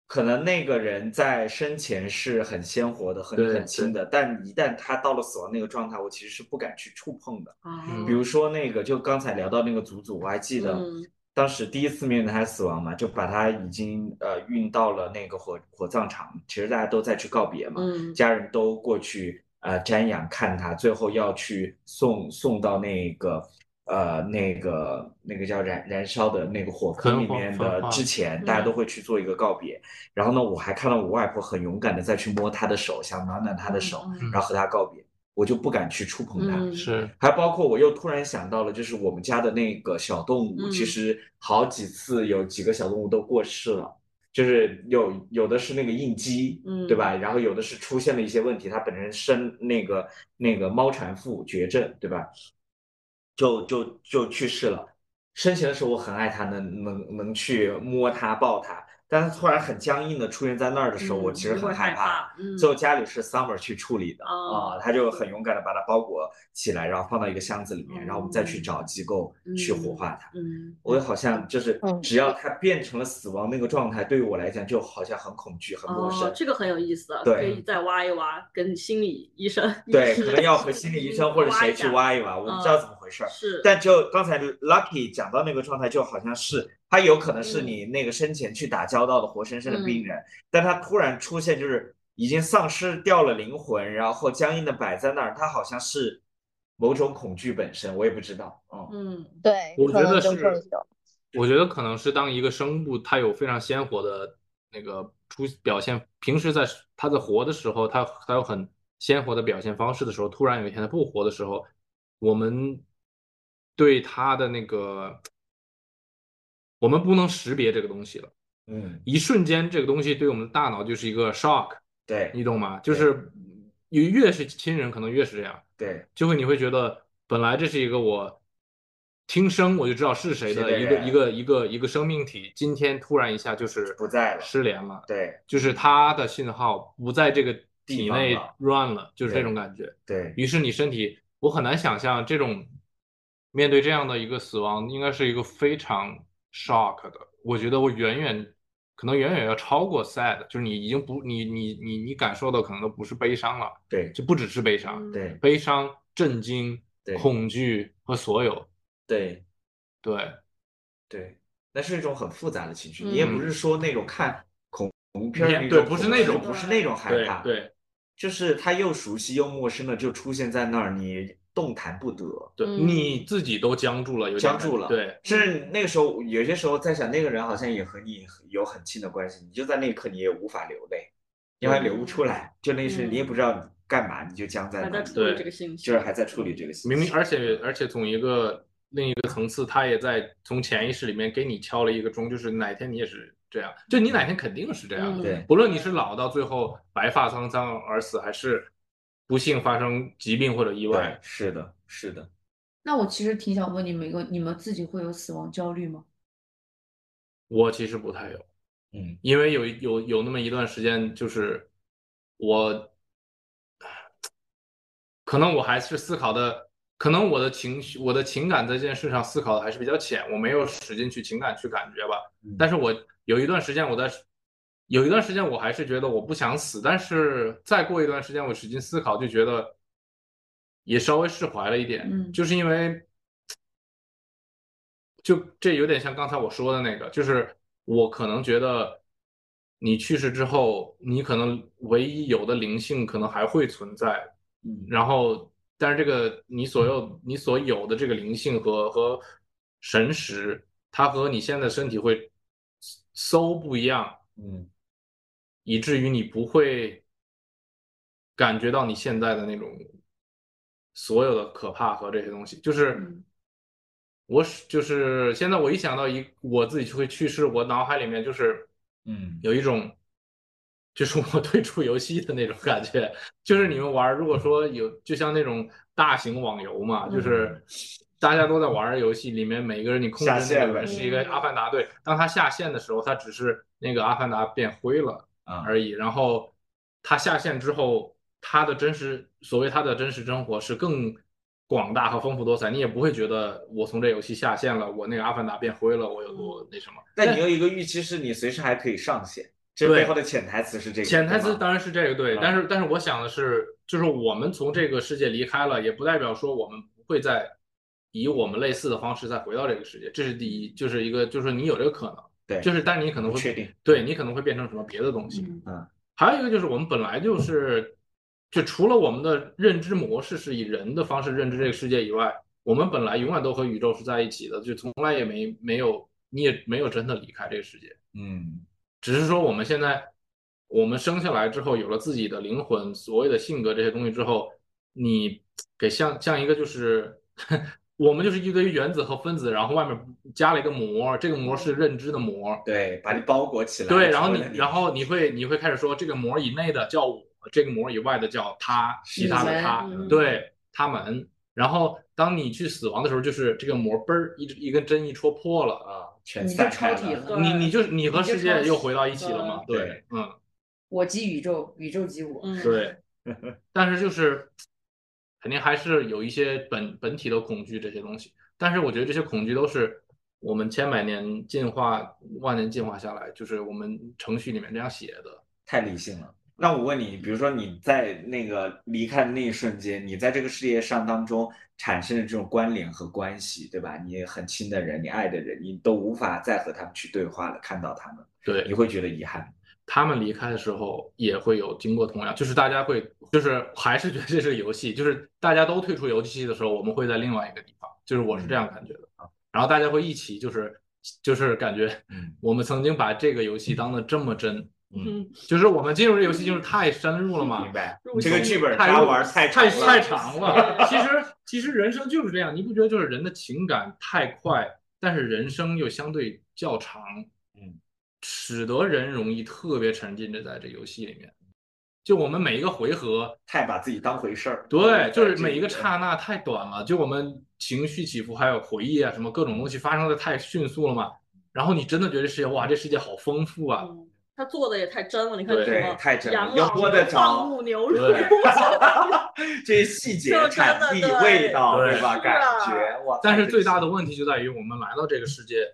B: 可能那个人在生前是很鲜活的、和你
E: 对
B: 很亲的，但一旦他到了死亡那个状态，我其实是不敢去触碰的。
D: 嗯
B: 比如说那个，就刚才聊到那个祖祖，我还记得
D: 嗯
B: 当时第一次面对他死亡嘛，就把他已经呃运到了那个火火葬场，其实大家都在去告别嘛，
D: 嗯
B: 家人都过去呃瞻仰看他，最后要去送送到那个呃那个那个叫燃燃烧的那个火坑里
E: 焚化
B: 面
E: 焚
B: 的
E: 化
B: 之
D: 嗯
B: 前，大家都会去做一个告别。然后呢，我还看到我外婆很勇敢的再去摸他的手，想暖暖他的手，
D: 嗯
B: 然后和他告别，我就不敢去触碰他。
D: 嗯
E: 是，
B: 还包括我又突然想到了，就是我们家的那个小动物，
D: 嗯
B: 其实好几次有几个小动物都过世了，就是有有的是那个应激，
D: 嗯
B: 对吧？然后有的是出现了一些问题，它本身生那个那个猫产妇绝症，对吧？就就就去世了。生前的时候我很爱它，能能能去摸它抱它，但它突然很僵硬的出现在那儿的时候，我
D: 嗯
B: 其实
D: 你会
B: 很
D: 害
B: 害怕。
D: 怕，嗯
B: 最后家里是 Summer 去处理的
D: 哦
B: 啊，他就很勇敢的把它包裹起来，然后放到一个箱子里面，
D: 嗯
B: 然后我们再去找机构去火化它。
D: 嗯，
B: 我好像就是
F: 嗯
B: 只要它变成了死亡那个状态，对于我来讲就好像很恐惧、很陌
D: 哦，
B: 生。
D: 这个很有意思啊，
B: 对
D: 可以再挖一挖，跟心理医生
B: 对，
D: 是
B: 可能要和心理医生或者谁去
D: 下嗯
B: 挖一挖，我不知道怎么回事儿。
D: 是，
B: 但就刚才 Lucky 讲到那个状态，就好像是他有可能是
E: 嗯
B: 你那个生前去打交道的活生生的病人，但他突然出现，就是已经丧失掉了灵魂，然后僵硬的摆在那儿，他好像是某种恐惧本身，我也不知道，嗯，
D: 嗯
F: 对，
E: 我
F: 可
E: 觉
F: 能
E: 得
F: 就是会有，
E: 我觉得可能是当一个生物它有非常鲜活的那个出表现，平时在它在活的时候，它它有很鲜活的表现方式的时候，突然有一天它不活的时候，我们对它的那个，我们不能识别这个东西了。
B: 嗯，
E: 一瞬间，这个东西对我们的大脑就是一个 shock，
B: 对
E: 你懂吗？就是越越是亲人，可能越是这样。
B: 对
E: 就会你会觉得本来这是一个我听声我就知道是谁
B: 谁的
E: 的一个
B: 人
E: 一个一个一个生命体，今天突然一下就是
B: 不在了
E: 失联了，
B: 对
E: 就是它的信号不在这个体
B: 地方
E: 内
B: 了
E: run 了，就是
B: 对
E: 这种感觉。
B: 对，
E: 于是你身体，我很难想象这种面对这样的一个死亡，应该是一个非常 shock 的，我觉得我远远可能远远要超过 sad，就是你已经不你你你你感受到可能都不是悲伤了，
B: 对
E: 就不只是悲伤，
B: 对
E: 悲伤、震惊
B: 对、
E: 恐惧和所有，
B: 对
E: 对，
B: 对，那是一种很复杂的情
E: 嗯
B: 绪，你也不是说那种看恐怖片
E: 你
B: 儿那
E: 也对
B: 种
E: 不是
B: 恐
E: 那
B: 惧
E: 种
B: 不是那种害怕，
E: 对
B: 就是它又熟悉又陌生的就出现在那儿，你动弹不得。
E: 对，
F: 嗯
E: 你自己都僵住了，有点
B: 僵住
E: 感
B: 了
E: 觉对，
B: 甚至
D: 嗯
B: 那个时候，有些时候在想，那个人好像也和你有很亲的关系，你就在那一刻你也无法流泪，因为流不出来，就那是你也不知道你干嘛，你就僵在
D: 嗯还
B: 那
D: 在
B: 里，
D: 处理
E: 对
D: 这个信
B: 嗯
D: 息，
B: 就是还在处理这个嗯信息。
E: 明明而且而且从一个另一个层次，他也在从潜意识里面给你敲了一个钟，就是哪天你也是这样，就你哪天肯定是这样
D: 嗯
E: 的，
B: 对
E: 不论你是老到最后白发苍苍而死，还是不幸发生疾病或者意
B: 对
E: 外，，
B: 是的，是的，
C: 那我其实挺想问你们一个，你们自己会有死亡焦虑吗？
E: 我其实不太有。
B: 嗯
E: 因为有有有那么一段时间，就是我可能我还是思考的，可能我的情绪、我的情感在这件事上思考的还是比较浅，我没有使劲去情感去感觉吧。
B: 嗯
E: 但是我有一段时间我在，有一段时间我还是觉得我不想死，但是再过一段时间我使劲思考，就觉得也稍微释怀了一点，
C: 嗯
E: 就是因为。就这有点像刚才我说的那个，就是我可能觉得你去世之后，你可能唯一有的灵性可能还会存在，
B: 嗯
E: 然后但是这个你所有你所有的这个灵性和和神识，它和你现在的身体会嗖不一样，
B: 嗯
E: 以至于你不会感觉到你现在的那种所有的可怕和这些东西。就是
C: 嗯
E: 我是就是现在我一想到一我自己就会去世，我脑海里面就是
B: 嗯
E: 有一种。就是我退出游戏的那种感觉，就是你们玩儿，如果说有，就像那种大型网游嘛，
B: 嗯
E: 就是大家都在玩儿游戏，里面每个人你控制
B: 下
E: 的那
B: 线
E: 个
B: 了
E: 人是一个阿凡达，对，当他下线的时候，他只是那个阿凡达变灰了，
B: 啊
E: 而已。然后他下线之后，他的真实，所谓他的真实生活是更广大和丰富多彩，你也不会觉得我从这游戏下线了，我那个阿凡达变灰了，我有多那什么。
B: 但你有一个预期是你随时还可以上线，这
E: 对
B: 背后的潜台词是这个，
E: 潜台词
B: 对吗
E: 当然是这个对
B: 啊，
E: 但是但是我想的是，就是我们从这个世界离开了，也不代表说我们不会再以我们类似的方式再回到这个世界，这是第一，就是一个就是你有这个可能，
B: 对，
E: 就是但是你可能
B: 不确
E: 会
B: 定，
E: 对你可能会变成什么别的东西，
C: 嗯
E: 还有一个就是我们本来就是，就除了我们的认知模式是以人的方式认知这个世界以外，我们本来永远都和宇宙是在一起的，就从来也没没有你也没有真的离开这个世界，
B: 嗯
E: 只是说我们现在我们生下来之后有了自己的灵魂，所谓的性格这些东西之后，你给像像一个就是 我们就是一堆原子和分子，然后外面加了一个膜，这个膜是认知的膜，
B: 对，把你包裹起来，
E: 对，然后
B: 成为
E: 你
B: 了，
E: 然后你会你会开始说这个膜以内的叫我，这个膜以外的叫他，其他的
C: 们
E: 他，
D: 嗯
E: 对他们。然后当你去死亡的时候，就是这个膜嘣儿一一根针一戳破了，
B: 啊，全
C: 你就
B: 散开
C: 超体了
E: 你
D: 对
E: 你就你和
D: 你就
E: 世界
D: 超
E: 又
D: 时
E: 回到一起了嘛？
B: 对
E: 对，嗯，
C: 我即宇宙，宇宙即我。
D: 嗯，
E: 对。但是就是肯定还是有一些本本体的恐惧这些东西，但是我觉得这些恐惧都是我们千百年进化、万年进化下来，就是我们程序里面这样写的。
B: 太理性了。那我问你，比如说你在那个离开的那一瞬间，你在这个世界上当中产生的这种关联和关系，对吧？你很亲的人，你爱的人，你都无法再和他们去对话了，看到他们，
E: 对
B: 你，会觉得遗憾。
E: 他们离开的时候也会有经过同样，就是大家会，就是还是觉得这是个游戏，就是大家都退出游戏的时候，我们会在另外一个地方，就是我是这样感觉的啊。然后大家会一起，就是就是感觉
B: 嗯
E: 我们曾经把这个游戏当得这么真，
D: 嗯，
E: 就是我们进入这游戏就是太深入了嘛
B: 明，白
D: 入，
B: 这个
D: 戏
B: 剧本
E: 太
B: 他
E: 入
B: 玩太长
E: 太
B: 了，
E: 太长了。其实其实人生就是这样，你不觉得就是人的情感太快，但是人生又相对较长，
B: 嗯，
E: 使得人容易特别沉浸着在这游戏里面。就我们每一个回合，
B: 太把自己当回事儿。
E: 对，就是
B: 这
E: 每一 个刹那太短了，就我们情绪起伏还有回忆啊，什么各种东西发生的太迅速了嘛。然后你真的觉得世界哇，这世界好丰富啊，
D: 嗯他做的也太真了，你看
E: 对
D: 什么
B: 对太真了
D: 养
B: 又
D: 老
B: 摸得
D: 牛
B: 着
D: 放牧牛乳，
E: 对
B: 这些细节
D: 就、真
B: 产
D: 的
B: 地、
D: 对
B: 味道，
E: 对
B: 对吧？
D: 是
B: 感
D: 啊
B: 觉哇，
E: 但
B: 太
E: 是最大
B: 理
E: 的问题就在于，我们来到这个世界，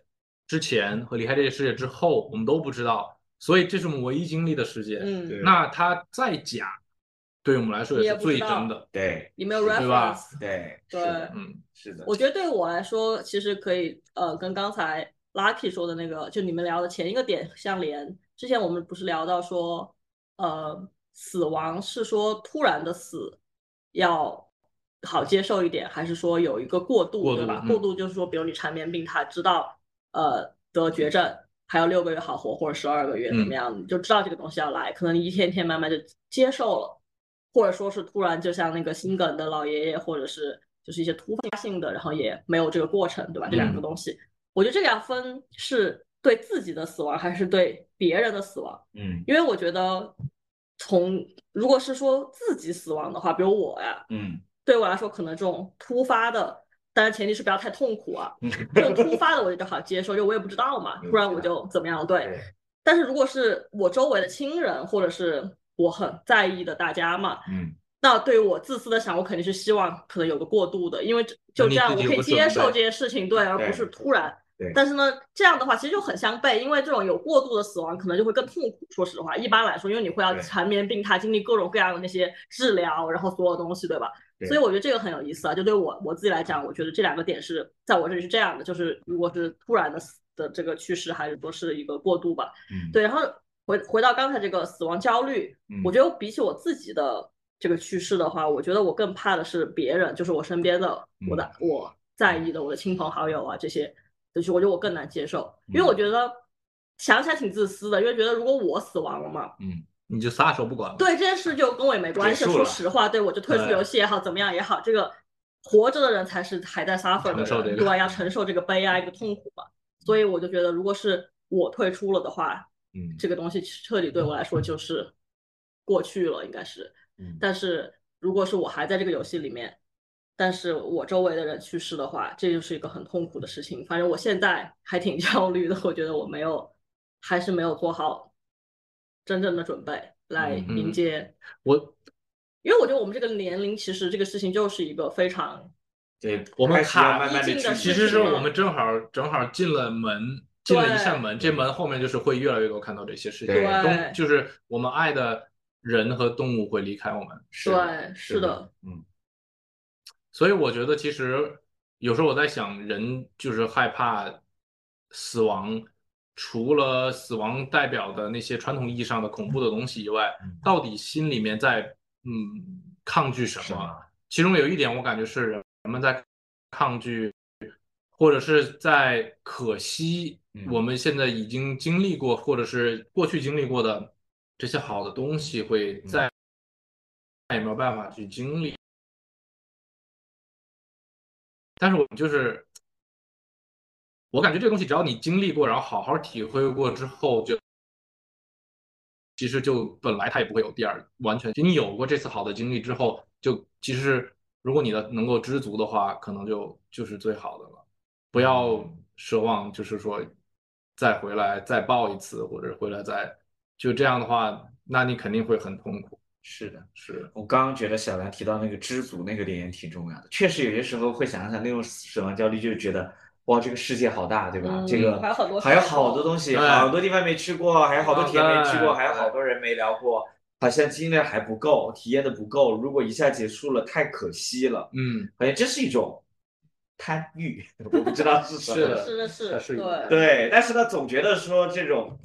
E: 之前和离开这个世界之后，我们都不知道，所以这是我们唯一经历的世界。
D: 嗯，
B: 对
E: 那它再假，对于我们来说
D: 你
E: 也
D: 也
E: 是
D: 不知
E: 最真
D: 道
E: 的。
B: 对
D: 你没有
E: 对吧
D: reference，
B: 对
D: 对
B: 是的
E: 嗯，
B: 是的，
D: 我觉得对我来说，其实可以呃，跟刚才 Lucky 说的那个，就你们聊的前一个点相连。之前我们不是聊到说，呃，死亡是说突然的死要好接受一点，还是说有一个过渡，
E: 过
D: 对
E: 渡
D: 吧？
E: 嗯
D: 过渡就是说，比如你缠绵病榻，知道呃得绝症还有六个月好活，或者十二个月怎么
E: 嗯
D: 样，你就知道这个东西要来，可能你一天天慢慢就接受了。或者说是突然，就像那个心梗的老爷爷，或者是就是一些突发性的，然后也没有这个过程，对吧？这两个
E: 嗯
D: 东西，我觉得这个要分是对自己的死亡还是对别人的死亡，
B: 嗯
D: 因为我觉得从如果是说自己死亡的话，比如我呀，
B: 嗯
D: 对我来说可能这种突发的，当然前提是不要太痛苦啊，
B: 嗯，
D: 这种突发的我就好接受，因为我也不知道嘛，不然我就怎么样，对。
B: 对，
D: 但是如果是我周围的亲人，或者是我很在意的大家嘛，
B: 嗯
D: 那对于我自私的想，我肯定是希望可能有个过渡的，因为这就这
E: 那你
D: 样
E: 自
D: 我
E: 己
D: 可以
E: 有个
D: 接
E: 准
D: 受
E: 备
D: 这些事情，对，而
B: 对
D: 不是突然
B: 对。
D: 但是呢，这样的话其实就很相悖，因为这种有过度的死亡可能就会更痛苦。说实话，一般来说，因为你会要
B: 对
D: 缠绵病榻，经历各种各样的那些治疗，然后所有东西，对吧？
B: 对
D: 所以我觉得这个很有意思啊。就对我我自己来讲，我觉得这两个点是在我这里是这样的，就是如果是突然的死的这个趋势，还是说是一个过渡吧。
B: 嗯，
D: 对，然后回回到刚才这个死亡焦虑，
B: 嗯
D: 我觉得比起我自己的这个趋势的话，我觉得我更怕的是别人，就是我身边的、
E: 嗯
D: 我的、我在意的、我的亲朋好友啊这些，就是我觉得我更难接受，因为
E: 嗯
D: 我觉得想起来挺自私的，因为觉得如果我死亡了嘛，
E: 你就撒手不管了。
D: 对这件事就跟我也没关系。
B: 结束
D: 说
B: 了
D: 实话，对我就退出
E: 对
D: 游戏也好，怎么样也好，这个活着的人才是还在 suffer 的
E: 承受这
D: 人，
E: 个
D: 对，要承受这个悲哀、这个痛苦嘛。所以我就觉得，如果是我退出了的话，
B: 嗯
D: 这个东西彻底对我来说就是过去了，应该是。
B: 嗯
D: 但是如果是我还在这个游戏里面，但是我周围的人去世的话，这就是一个很痛苦的事情。反正我现在还挺 焦虑的，我觉得我没有，还是没有做好真正的准备来
B: 嗯
D: 迎
E: 嗯
D: 接。
E: 我
D: 因为我觉得我们这个年龄，其实这个事情就是一个非常
B: 对，
E: 我们
B: 开始要
E: 卡
B: 慢慢的
D: 一进的
E: 其
D: 是
E: 实
D: 这
E: 是
D: 样
E: 我们正好正好进了门，进了一扇门，
B: 对
E: 这门后面就是会越来越多看到这些事情，
B: 对
E: 东
D: 对
E: 就是我们爱的人和动物会离开我们，
B: 是的
D: 对，是的，，
B: 嗯
E: 所以我觉得其实有时候我在想，人就是害怕死亡，除了死亡代表的那些传统意义上的恐怖的东西以外，
B: 嗯，
E: 到底心里面在嗯抗拒什
B: 什
E: 么？
B: 么？
E: 其中有一点，我感觉是人们在抗拒，或者是在可惜
B: 嗯
E: 我们现在已经经历过，或者是过去经历过的这些好的东西，会
B: 嗯
E: 再再也没有办法去经历。但是我就是，我感觉这个东西，只要你经历过，然后好好体会过之后，就其实就本来它也不会有第二，完全就你有过这次好的经历之后，就其实如果你的能够知足的话，可能就就是最好的了。不要奢望，就是说再回来再抱一次，或者回来再就这样的话，那你肯定会很痛苦。
B: 是的，
E: 是，
B: 我刚刚觉得小兰提到那个知足那个点也挺重要的，确实有些时候会想想那种死亡焦虑，就觉得哇，这个世界好大，对吧？
D: 嗯
B: 这个
D: 还有很多
B: 还有
D: 事情
B: 好多东西，
E: 对
B: 好多地方没去过，还有好多
E: 对
B: 甜没吃过，
E: 对
B: 还有好多人没聊过，好像经历还不够，体验的不够，如果一下结束了，太可惜了。
E: 嗯，
B: 好像这是一种贪欲， 我不知道是什么。
E: 是的
D: 是的，是
E: 它
D: 的，
E: 是一个
D: 对，
B: 对，但是呢，总觉得说这种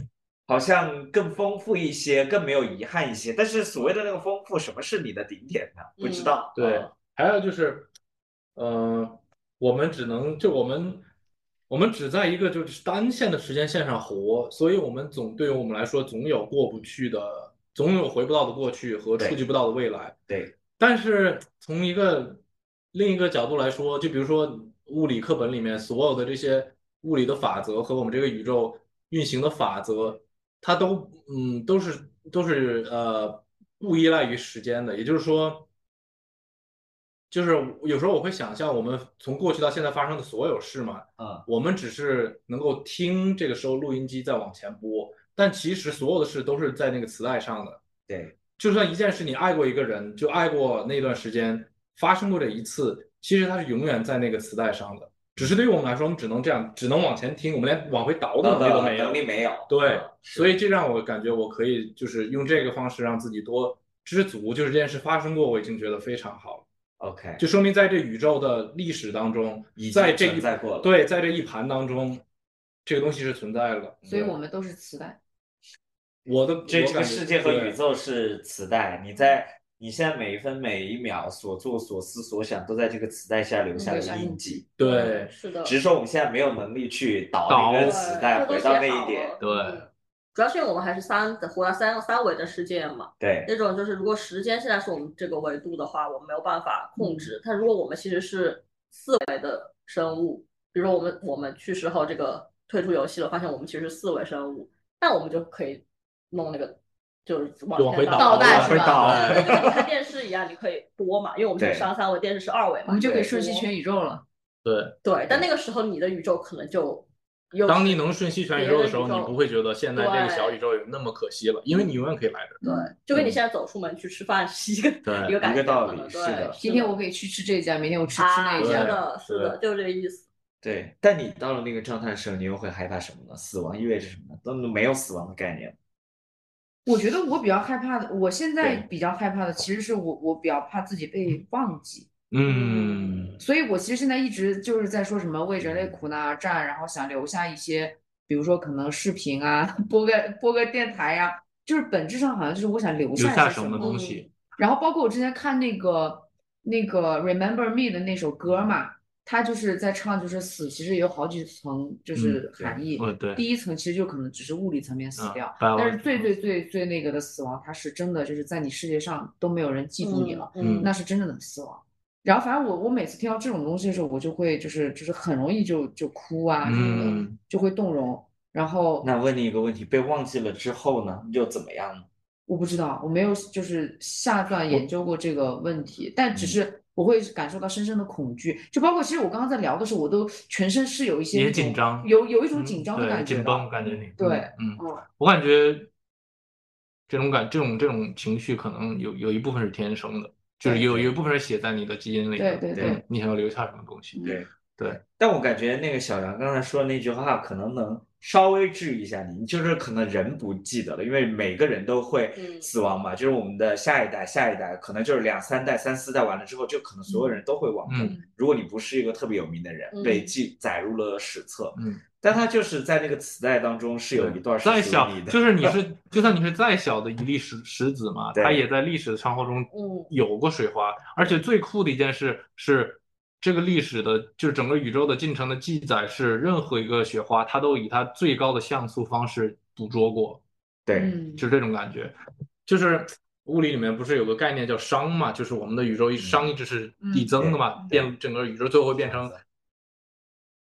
B: 好像更丰富一些，更没有遗憾一些。但是所谓的那个丰富，什么是你的顶点呢？不知道。
E: 嗯对
B: 啊，
E: 还有就是，呃，我们只能就我们，我们只在一个就是单线的时间线上活，所以我们总对于我们来说总有过不去的，总有回不到的过去和
B: 对
E: 触及不到的未来。
B: 对，
E: 但是从一个另一个角度来说，就比如说物理课本里面所有的这些物理的法则和我们这个宇宙运行的法则，它都嗯都是都是呃不依赖于时间的，也就是说，就是有时候我会想象我们从过去到现在发生的所有事嘛，
B: 嗯，
E: 我们只是能够听这个时候录音机在往前播，但其实所有的事都是在那个磁带上的。
B: 对，
E: 就算一件事你爱过一个人，就爱过那段时间，发生过这一次，其实它是永远在那个磁带上的。只是对于我们来说，我们只能这样，只能往前听，我们连往回倒的
B: 能
E: 能力都没有。
B: 能力没有，嗯
E: 对，
B: 是
E: 所以这让我感觉我可以就是用这个方式让自己多知足，就是这件事发生过，我已经觉得非常好了，
B: OK
E: 就说明在这宇宙的历史当中
B: 已，经
E: 在这一
B: 存在过了
E: 对，在这一盘当中，这个东西是存在了。
C: 所以
E: 对
C: 我们都是磁带。
E: 我的
B: 这
E: 我
B: 这个
E: 感觉
B: 世界和
E: 对
B: 宇宙是磁带，你在你现在每一分每一秒所做所思所想都在这个磁带下
E: 嗯
B: 留下
C: 留
B: 了
C: 下
B: 印
C: 印
B: 记。
E: 对
D: 是的，
B: 只是说我们现在没有能力去导
E: 嗯导
B: 那根
E: 对
B: 磁带
D: 那都
B: 回到
D: 写
B: 那
D: 好
B: 一点
D: 了。
E: 对
D: 嗯主要是因为我们还是三活在三三维的世界嘛，
B: 对，
D: 那种就是如果时间现在是我们这个维度的话，我们没有办法控制。但如果我们其实是四维的生物，比如说我们我们去世后这个退出游戏了，发现我们其实是四维生物，那我们就可以弄那个就是往
E: 就往回
D: 前
E: 倒
A: 倒带
B: 往回
D: 是吧？
B: 倒
D: 对，就跟你看电视一样，你可以播嘛，因为我们现在
B: 对
D: 上三维，电视是二维嘛，
C: 我们就可以
D: 对
C: 瞬息全宇宙了。
E: 对，
D: 对，但那个时候你的宇宙可能就又
E: 当你
D: 是
E: 能瞬息全宇
D: 别
E: 宙
D: 的
E: 的时候，
D: 宇
E: 你
D: 宙
E: 不会觉得现在这个小
D: 对
E: 宇宙有那么可惜了，因为你永远可以来这儿。
D: 对，就跟你现在走出门去吃饭是一个
E: 对
D: 一个感
B: 嗯一
D: 觉
B: 个道
D: 可
B: 理
D: 能
B: 是
D: 对
B: 的
D: 是
C: 今天我可以去吃这家，明天我吃吃
D: 啊，
C: 那
D: 是
E: 一家
C: 家。
D: 的，是的，就这个意思。
B: 对，但你到了那个状态的时候，你又会害怕什么呢？死亡意味着什么呢？都没有死亡的概念。
C: 我觉得我比较害怕的，我现在
B: 对
C: 比较害怕的其实是我，我比较怕自己被忘记，
E: 嗯，
C: 所以我其实现在一直就是在说什么为人类苦难而战，然后想留下一些，比如说可能视频啊，播个播个电台呀、就是本质上好像就是我想留
E: 留
C: 下
E: 下
C: 些
E: 什
C: 么。
E: 么东西？
C: 然后包括我之前看那个那个 Remember Me 的那首歌嘛，他就是在唱，就是死其实有好几层，就是
E: 嗯对
C: 含义。
E: 嗯对
C: 第一层其实就可能只是物理层面死
E: 嗯
C: 掉，
E: ，biology
C: 但是最最最最那个的死亡，它是真的就是在你世界上都没有人记住你了，
E: 嗯
C: 那是真正的死亡。然后反正我我每次听到这种东西的时候，我就会就是就是很容易就就哭啊什么的，
E: 嗯
C: 就会动容。然后
B: 那问你一个问题，被忘记了之后呢，又怎么样呢？
C: 我不知道，我没有就是下段研究过这个问题，但
E: 嗯
C: 只是我会感受到深深的恐惧，就包括其实我刚刚在聊的时候，我都全身是有一些
E: 也
C: 那种
E: 紧张
C: 有有一种
E: 嗯
C: 紧张的
E: 对
C: 感觉
E: 紧
C: 的。
E: 绷感觉你
C: 对
E: 嗯，
C: 嗯
E: 我感觉这种感这种这种情绪可能有有一部分是天生的，就是
C: 对
E: 有
B: 对
E: 有一部分是写在你的基因里
C: 对
E: 的。
C: 对
B: 对
E: 嗯你想要留下什么东西？
C: 嗯
B: 对
E: 对。
B: 但我感觉那个小杨刚才说的那句话，可能能稍微治愈一下你，就是可能人不记得了，因为每个人都会
D: 嗯
B: 死亡嘛，就是我们的下一代、下一代，可能就是两三代、三四代完了之后，就可能所有人都会忘掉。
E: 嗯
B: 如果你不是一个特别有名的人，
D: 嗯
B: 被记载入了史册，
E: 嗯，
B: 但他就是在那个磁带当中是有一段是
E: 再
B: 属
E: 小
B: 于你，的，
E: 就是你是就算你是再小的一粒石石子嘛，
B: 对
E: 它也在历史的长河中
D: 嗯
E: 有过水花。而且最酷的一件事是，这个历史的，就是整个宇宙的进程的记载是，任何一个雪花，它都以它最高的像素方式捕捉过。
B: 对，
C: 嗯，
E: 就是这种感觉，就是物理里面不是有个概念叫熵嘛，就是我们的宇宙一熵一直是递增的嘛，
B: 嗯对
E: 变整个宇宙最后会变成，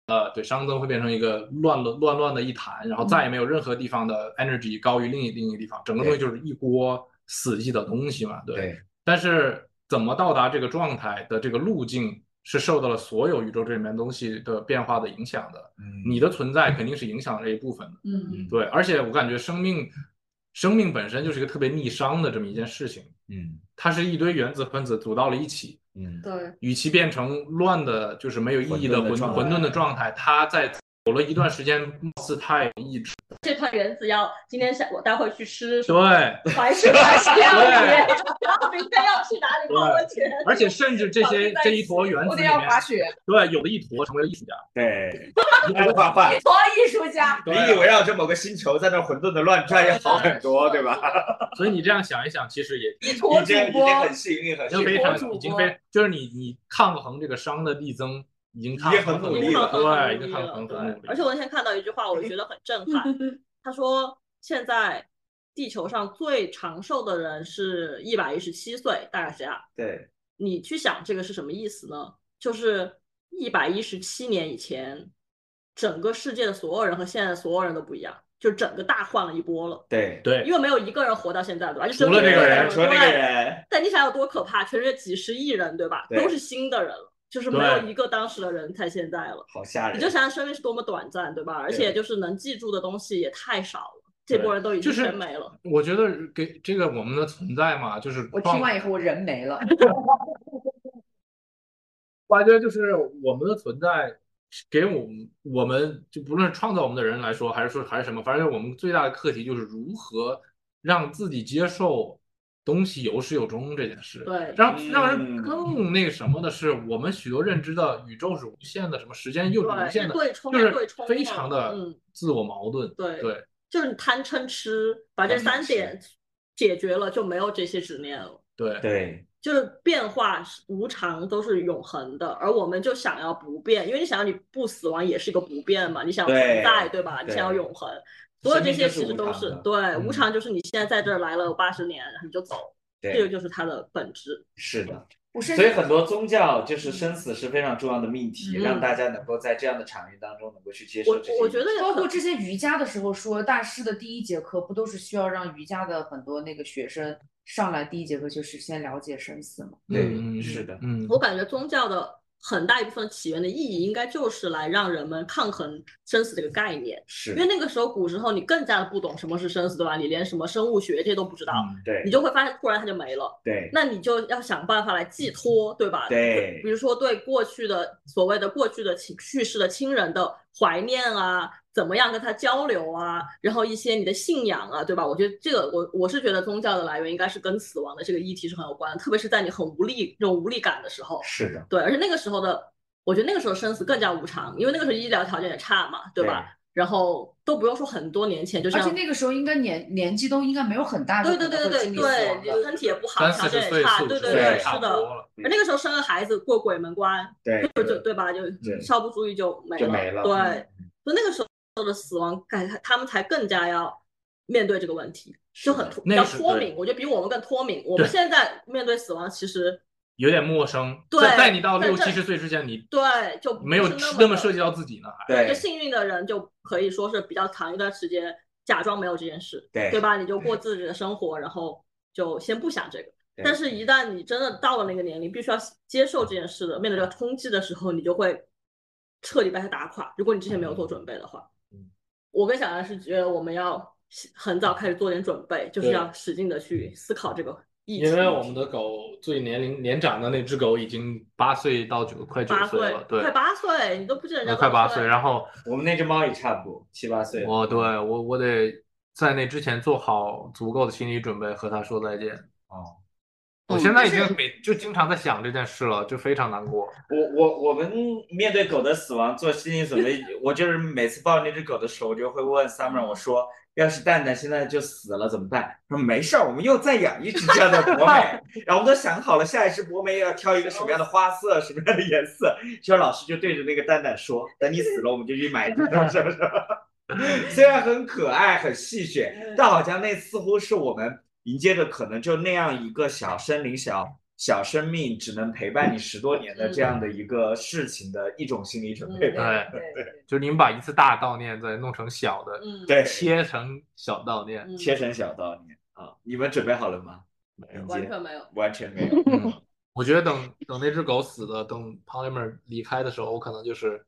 E: 呃，对，熵增会变成一个乱乱乱乱的一潭，然后再也
B: 嗯
E: 没有任何地方的 energy 高于另一另一个地方，整个东西就是一锅死寂的东西嘛，对。
B: 对
E: 但是怎么到达这个状态的这个路径是受到了所有宇宙这里面东西的变化的影响的，
B: 嗯
E: 你的存在肯定是影响这一部分的。
C: 嗯，
E: 对，而且我感觉生命，生命本身就是一个特别逆商的这么一件事情，
B: 嗯
E: 它是一堆原子分子组到了一起，
B: 嗯
D: 对，
E: 与其变成乱的，就是没有意义的
B: 混沌的
E: 混
B: 状态嗯
E: 混沌的状态，它在走了一段时间，貌似它有意志，
D: 这团原子要今天下我待会去吃什么
E: 对，
D: 怀石料理， 然后明天要去哪里泡温泉，
E: 而且甚至这些这一坨原
C: 我
E: 子
C: 得
E: 里
C: 要
E: 面
C: 滑，雪，
E: 对，有的一坨成为了艺术家，
B: 对，爱画画，
C: 一坨艺术家。
E: 对
D: 啊
B: 你以为绕着某个星球在那混沌的乱转要好很多，对
D: 啊
B: 吧？
E: 所以你这样想一想，其实也
D: 一坨
B: 你
D: 主
B: 这样已经
D: 播，
B: 很幸运，很
E: 已经
B: 幸
E: 非
B: 运
D: 我
E: 常
B: 了，
D: 主播
E: 已经非就是你你抗衡这个熵的递增，已经抗
B: 已经
E: 衡
B: 很
E: 了
B: 努力了
E: 对，
D: 很
E: 已经
D: 努
E: 抗
D: 力
E: 衡
D: 了，
E: 很
D: 对
E: 努力了，
D: 而且我那天看到一句话，我觉得很震 撼，他说现在地球上最长寿的人是一百一十七岁，大概是这样。
B: 对，
D: 你去想这个是什么意思呢？就是一百一十七年以前，整个世界的所有人和现在的所有人都不一样，就整个大换了一波了。
B: 对，
E: 对
D: 因为没有一个人活到现在，对吧？就只有
E: 除了
D: 你
E: 这个人
B: 除了这个
D: 对
B: 人，
D: 但你想有多可怕？全世界几十亿人，对吧？
B: 对
D: 都是新的人了，就是没
E: 对
D: 有一个当时的人才现在了。
B: 好吓
D: 你就
B: 人，
D: 想想生命是多么短暂，对吧？而且就是能记住的东西也太少了，这波人都已
E: 就
D: 经
E: 是
D: 全没了。
E: 我觉得给这个我们的存在嘛，就是
C: 我
E: 创
C: 听完以后，我人没了。
E: 我感觉就是我们的存在给我们我们就不论是创造我们的人来说，还是说还是什么，反正我们最大的课题就是如何让自己接受东西有始有终这件事。
D: 对，
E: 让让人
B: 嗯
E: 更那个什么的是，我们许多认知的宇宙是无限的，什么时间又是无限的，
D: 对冲
E: 就
D: 呀
E: 是
D: 对冲
E: 非
D: 呀
E: 常的
D: 嗯
E: 自我矛盾。
D: 对
E: 对，
D: 就是你贪嗔痴，把这三
E: 贪嗔痴
D: 点解决了，就没有这些执念了。
E: 对，
B: 对，
D: 就是变化是无常都是永恒的，而我们就想要不变，因为你想要你不死亡也是一个不变嘛，你想要存
B: 对
D: 在，对吧？你
B: 对
D: 想要永恒，所有
B: 生
D: 这
B: 命
D: 些
B: 就是
D: 其实
B: 无
D: 都
B: 常
D: 是
B: 的
D: 对无
B: 嗯
D: 常，就是你现在在这儿来了八十年，你就走，
B: 对，
D: 这个就是它的本质。
B: 是的，
A: 我甚
B: 所以
A: 至
B: 很多宗教就是生死是非常重要的命题，
D: 嗯
B: 让大家能够在这样的场域当中能够去接
D: 我
B: 受这些。
D: 我觉得
C: 包
D: 可
C: 括之前瑜伽的时候说，大师的第一节课不都是需要让瑜伽的很多那个学生上来第一节课就是先了解生死吗？
B: 对
E: 嗯，嗯
B: 是的
E: 嗯，
D: 我感觉宗教的很大一部分起源的意义，应该就是来让人们抗衡生死这个概念。
B: 是
D: 因为那个时候，古时候你更加的不懂什么是生死，对吧？你连什么生物学这些都不知道，
E: 嗯
B: 对
D: 你就会发现突然它就没了。
B: 对
D: 那你就要想办法来寄托，对吧？
B: 对
D: 比如说对过去的所谓的过去的亲去世的亲人的怀念啊，怎么样跟他交流啊，然后一些你的信仰啊，对吧？我觉得这个我我是觉得宗教的来源应该是跟死亡的这个议题是很有关的，特别是在你很无力这种无力感的时候，
B: 是的，
D: 对，而且那个时候的，我觉得那个时候生死更加无常，因为那个时候医疗条件也差嘛，对吧？然后都不用说很多年前，就
C: 而且
D: 像
C: 那个时候应该年年纪都应该没有很大，
D: 对
C: 就
D: 对对
C: 可能会
D: 对
C: 经历死
D: 对
C: 亡，
D: 对，
C: 的。
D: 身体也不好，条
E: 三四十
D: 件
E: 岁
D: 也差，
E: 四五
D: 对
E: 十
D: 对
E: 岁
D: 对，
E: 差
D: 是
E: 不
D: 的。
E: 多了。
B: 对
D: 而那个时候生个孩子过鬼门关，
B: 嗯对
D: 就就对吧？就
B: 对
D: 稍不注意就没
B: 就
D: 了。
B: 没了
D: 对，
B: 嗯
D: 所以那个时候的死亡感，他们才更加要面对这个问题，就很
B: 是
D: 脱
E: 那
D: 比较
E: 是
D: 脱
E: 对
D: 敏。我觉得比我们更脱敏。我们
E: 对
D: 现在面对死亡，其实
E: 有点陌生，
D: 对
E: 在在你到
D: 在
E: 六
D: 这
E: 七十岁之前，你
D: 对就不
E: 没有
D: 是那
E: 那
D: 么
E: 么涉
D: 的
E: 及到自己呢，还
D: 就
B: 对
D: 幸运的人就可以说是比较长一段时间假装没有这件事，
B: 对
D: 对吧？你就过自己的生活，然后就先不想这个。
B: 对
D: 但是，一旦你真的到了那个年龄，必须要接受这件事的，面对这个通缉的时候，你就会彻底被他打垮。如果你之前没有做准备的话
B: 嗯，
D: 我跟小杨是觉得我们要很早开始做点准备，就是
E: 对
D: 要使劲的去思考这个议题。
E: 因为我们的狗最年龄年长的那只狗已经八岁到九快九
D: 八
E: 岁了，对
D: 快，八岁，你都不记得人家
E: 那呃快
D: 多
E: 八
D: 少
E: 岁，然后
B: 我们那只猫也差不多七八岁了。
E: 哦我对我我得在那之前做好足够的心理准备和它说再见。
B: 哦，
E: 我
F: 嗯
E: 现在已
C: 就是
E: 经每就经常在想这件事了，就非常难过。
B: 我我我们面对狗的死亡做心理准备，我就是每次抱那只狗的时候，我就会问 Summer，我说要是蛋蛋现在就死了怎么办？他说没事儿，我们又再养一只这样的博美，然后我们都想好了下一只博美要挑一个什么样的花色，什么样的颜色。就老师就对着那个蛋蛋说，等你死了我们就去买一只，什么什么。虽然很可爱很戏谑，但好像那似乎是我们迎接着可能就那样一个小生灵小。小生命只能陪伴你十多年的这样的一个事情的一种心理准备吧。
E: 对
C: 对对，
E: 就你们把一次大悼念再弄成小的，
D: 嗯，
B: 对，
E: 切成小悼念。
D: 嗯，
B: 切成小道念啊！你们准备好了吗？没有
D: 完全没有。
B: 完全没 有。
E: 嗯，我觉得等等那只狗死的，等 Polymer 离开的时候，我可能就是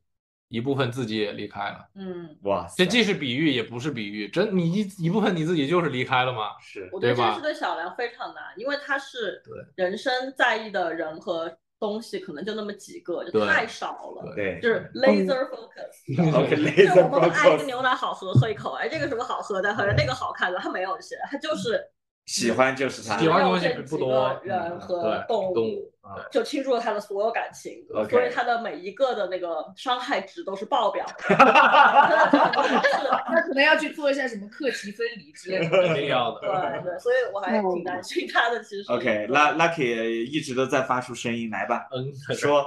E: 一部分自己也离开了。
D: 嗯，
B: 哇
E: 这
B: 塞，
E: 既是比喻，也不是比喻，真你一一部分你自己就是离开 了嘛。
B: 是
D: 我觉得这
E: 对
D: 件
E: 吧
D: 事对小梁非常难，因为他是
E: 对
D: 人生在意的人和东西可能就那么几个，就
E: 对
D: 太少了，
B: 对
D: 就是 laser focus。
B: ，OK，
D: 就
B: 雷
D: 是
B: 森
D: 我们爱这牛奶好喝，喝一口，哎，这个什么好喝的，或者那个好看的，他没有这些，他就是
B: 喜欢就是它。
E: 喜欢的东西
D: 只有这
E: 不
D: 几个
E: 多，
D: 人
E: 嗯
D: 和
E: 对
D: 动物
E: 动物，嗯
D: 就倾注了他的所有感情
B: OK
D: 所以他的每一个的那个伤害值都是爆表的。真的 就是
C: 那可能要去做一下什么课题分离之类 的。
E: 一定要的。
D: 对对，所以我还挺担心他的，其 实。
B: OK，
D: 对
B: Lu- Lucky 一直都在发出声音来吧，
E: 嗯，
B: 说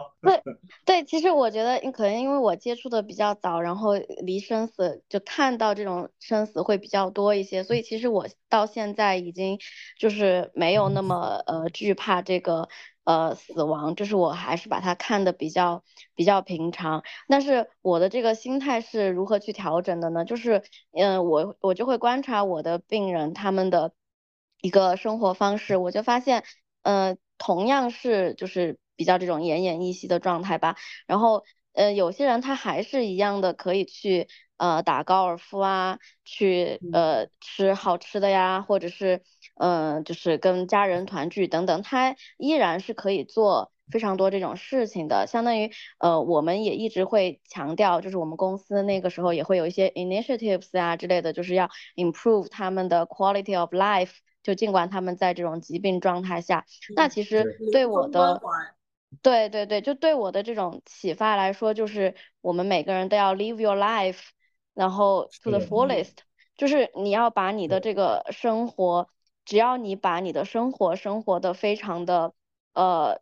F: 对，其实我觉得可能因为我接触的比较早，然后离生死就看到这种生死会比较多一些，所以其实我到现在已经就是没有那么呃惧怕这个呃死亡，就是我还是把它看得比较比较平常。但是我的这个心态是如何去调整的呢？就是嗯、呃我我就会观察我的病人他们的一个生活方式，我就发现。呃，同样是就是比较这种奄奄一息的状态吧。然后呃，有些人他还是一样的可以去呃打高尔夫啊，去呃吃好吃的呀，或者是呃就是跟家人团聚等等，他依然是可以做非常多这种事情的，相当于呃，我们也一直会强调，就是我们公司那个时候也会有一些 initiatives 啊之类的，就是要 improve 他们的 quality of life，就尽管他们在这种疾病状态下，那其实对我的。对对对，就对我的这种启发来说，就是我们每个人都要 live your life，然后 to the
B: 是
F: fullest，就是你要把你的这个生活，只要你把你的生活生活的非常的呃，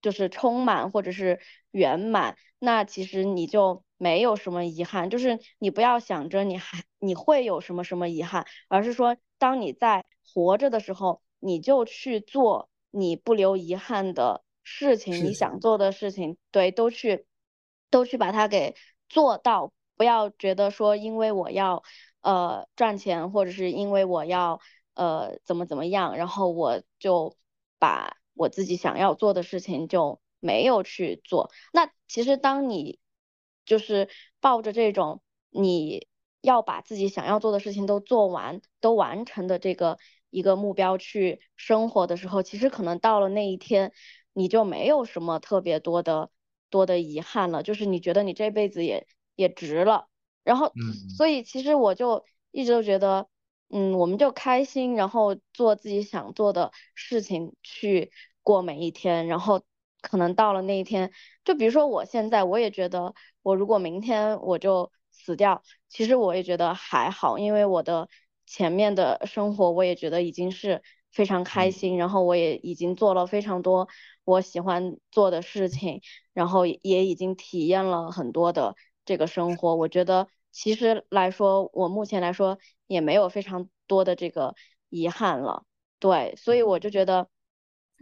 F: 就是充满或者是圆满，那其实你就没有什么遗憾。就是你不要想着你还你会有什么什么遗憾，而是说当你在活着的时候，你就去做你不留遗憾的事
B: 事
F: 情，你
B: 情
F: 想做的事情，对，都去都去把它给做到，不要觉得说因为我要呃赚钱，或者是因为我要呃怎么怎么样，然后我就把我自己想要做的事情就没有去做。那其实当你就是抱着这种你要把自己想要做的事情都做完、都完成的这个一个目标去生活的时候，其实可能到了那一天，你就没有什么特别多的多的遗憾了，就是你觉得你这辈子也也值了。然后，
E: 嗯
F: 所以其实我就一直都觉得，嗯，我们就开心，然后做自己想做的事情去过每一天，然后可能到了那一天，就比如说我现在，我也觉得，我如果明天我就死掉，其实我也觉得还好，因为我的前面的生活，我也觉得已经是非常开心，然后我也已经做了非常多我喜欢做的事情，然后也已经体验了很多的这个生活。我觉得其实来说，我目前来说也没有非常多的这个遗憾了。对，所以我就觉得，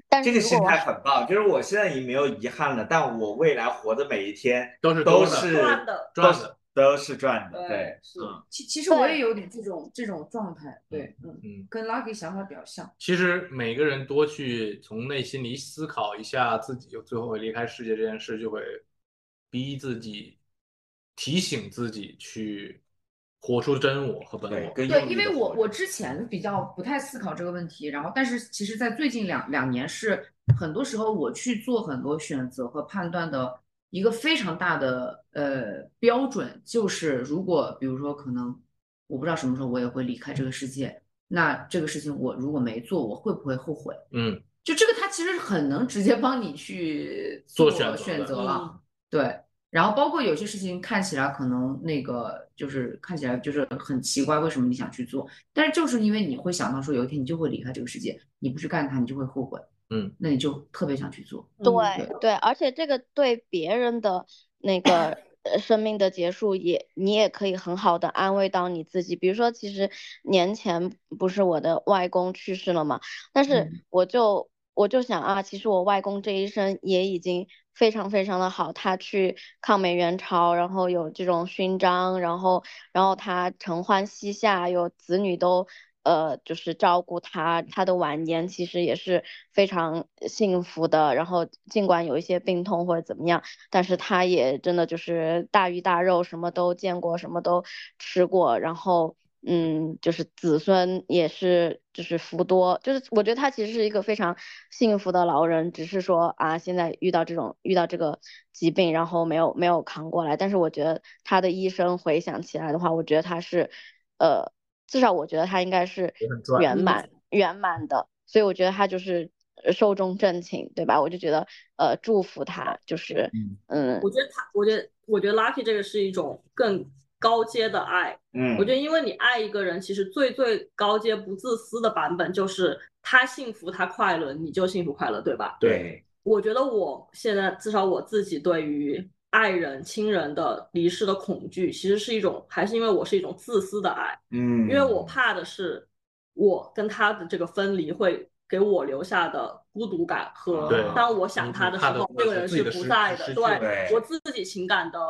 F: 但
B: 这
F: 是
B: 个
F: 如果
B: 心
F: 我
B: 态很棒，就是我现在已经没有遗憾了，但我未来活的每一天
E: 都是
B: 都
E: 的
B: 是
D: 赚的
B: 都
E: 赚的
B: 是都是赚的，
D: 对
B: 对，
D: 是
B: 嗯，
C: 其其实我
F: 对
C: 也有点这种这种状态，对，嗯，
E: 嗯。
C: 跟 Lucky 想法比较像。
E: 其实每个人多去从内心里思考一下自己有最后离开世界这件事，就会逼自己、提醒自己去活出真我和本
B: 对，
E: 我。
B: 跟
C: 对，
B: 用力
C: 因为
B: 地
C: 我
B: 活着
C: 我之前比较不太思考这个问题，然后但是其实，在最近两两年是很多时候我去做很多选择和判断的一个非常大的呃标准，就是如果比如说可能我不知道什么时候我也会离开这个世界，那这个事情我如果没做，我会不会后悔？
E: 嗯，
C: 就这个它其实很能直接帮你去
E: 做选
C: 选
E: 择
C: 择
E: 的
C: 了。对，然后包括有些事情看起来可能那个就是看起来就是很奇怪，为什么你想去做？但是就是因为你会想到说有一天你就会离开这个世界，你不去干它，你就会后悔。
E: 嗯，
C: 那你就特别想去做。
D: 嗯
F: 对对，而且这个对别人的那个呃生命的结束也，你也可以很好的安慰到你自己。比如说，其实年前不是我的外公去世了嘛，但是
C: 嗯
F: 我就我就想啊，其实我外公这一生也已经非常非常的好，他去抗美援朝，然后有这种勋章，然后然后他承欢膝下，有子女都呃就是照顾他，他的晚年其实也是非常呃幸福的。然后尽管有一些病痛或者怎么样，但是他也真的就是大鱼大肉，什么都见过，什么都吃过，然后。嗯，就是子孙也是，就是福多，就是我觉得他其实是一个非常幸福的老人，只是说啊，现在遇到这种遇到这个疾病，然后没有没有扛过来。但是我觉得他的一生回想起来的话，我觉得他是，呃，至少我觉得他应该是
B: 也很赚
F: 圆
D: 嗯
F: 满圆满的，所以我觉得他就是呃寿终正寝，对吧？我就觉得呃祝福他，就是
B: 嗯
F: 嗯
D: 我觉得他，我觉得我觉得 lucky 这个是一种更高阶的爱，
B: 嗯，
D: 我觉得，因为你爱一个人，其实最最高阶不自私的版本就是他幸福，他快乐，你就幸福快乐，对吧？
B: 对，
D: 我觉得我现在至少我自己对于爱人、亲人的离世的恐惧，其实是一种，还是因为我是一种自私的爱，
B: 嗯，
D: 因为我怕的是我跟他的这个分离会给我留下的孤独感和
E: 对
D: 当我想
E: 你
D: 他的时
E: 怕的
D: 候，
E: 是
D: 这个人
E: 自己
D: 是
E: 的
D: 不
E: 失
D: 在
E: 失
D: 的，
E: 去
D: 对
B: 对
D: 我自己情感的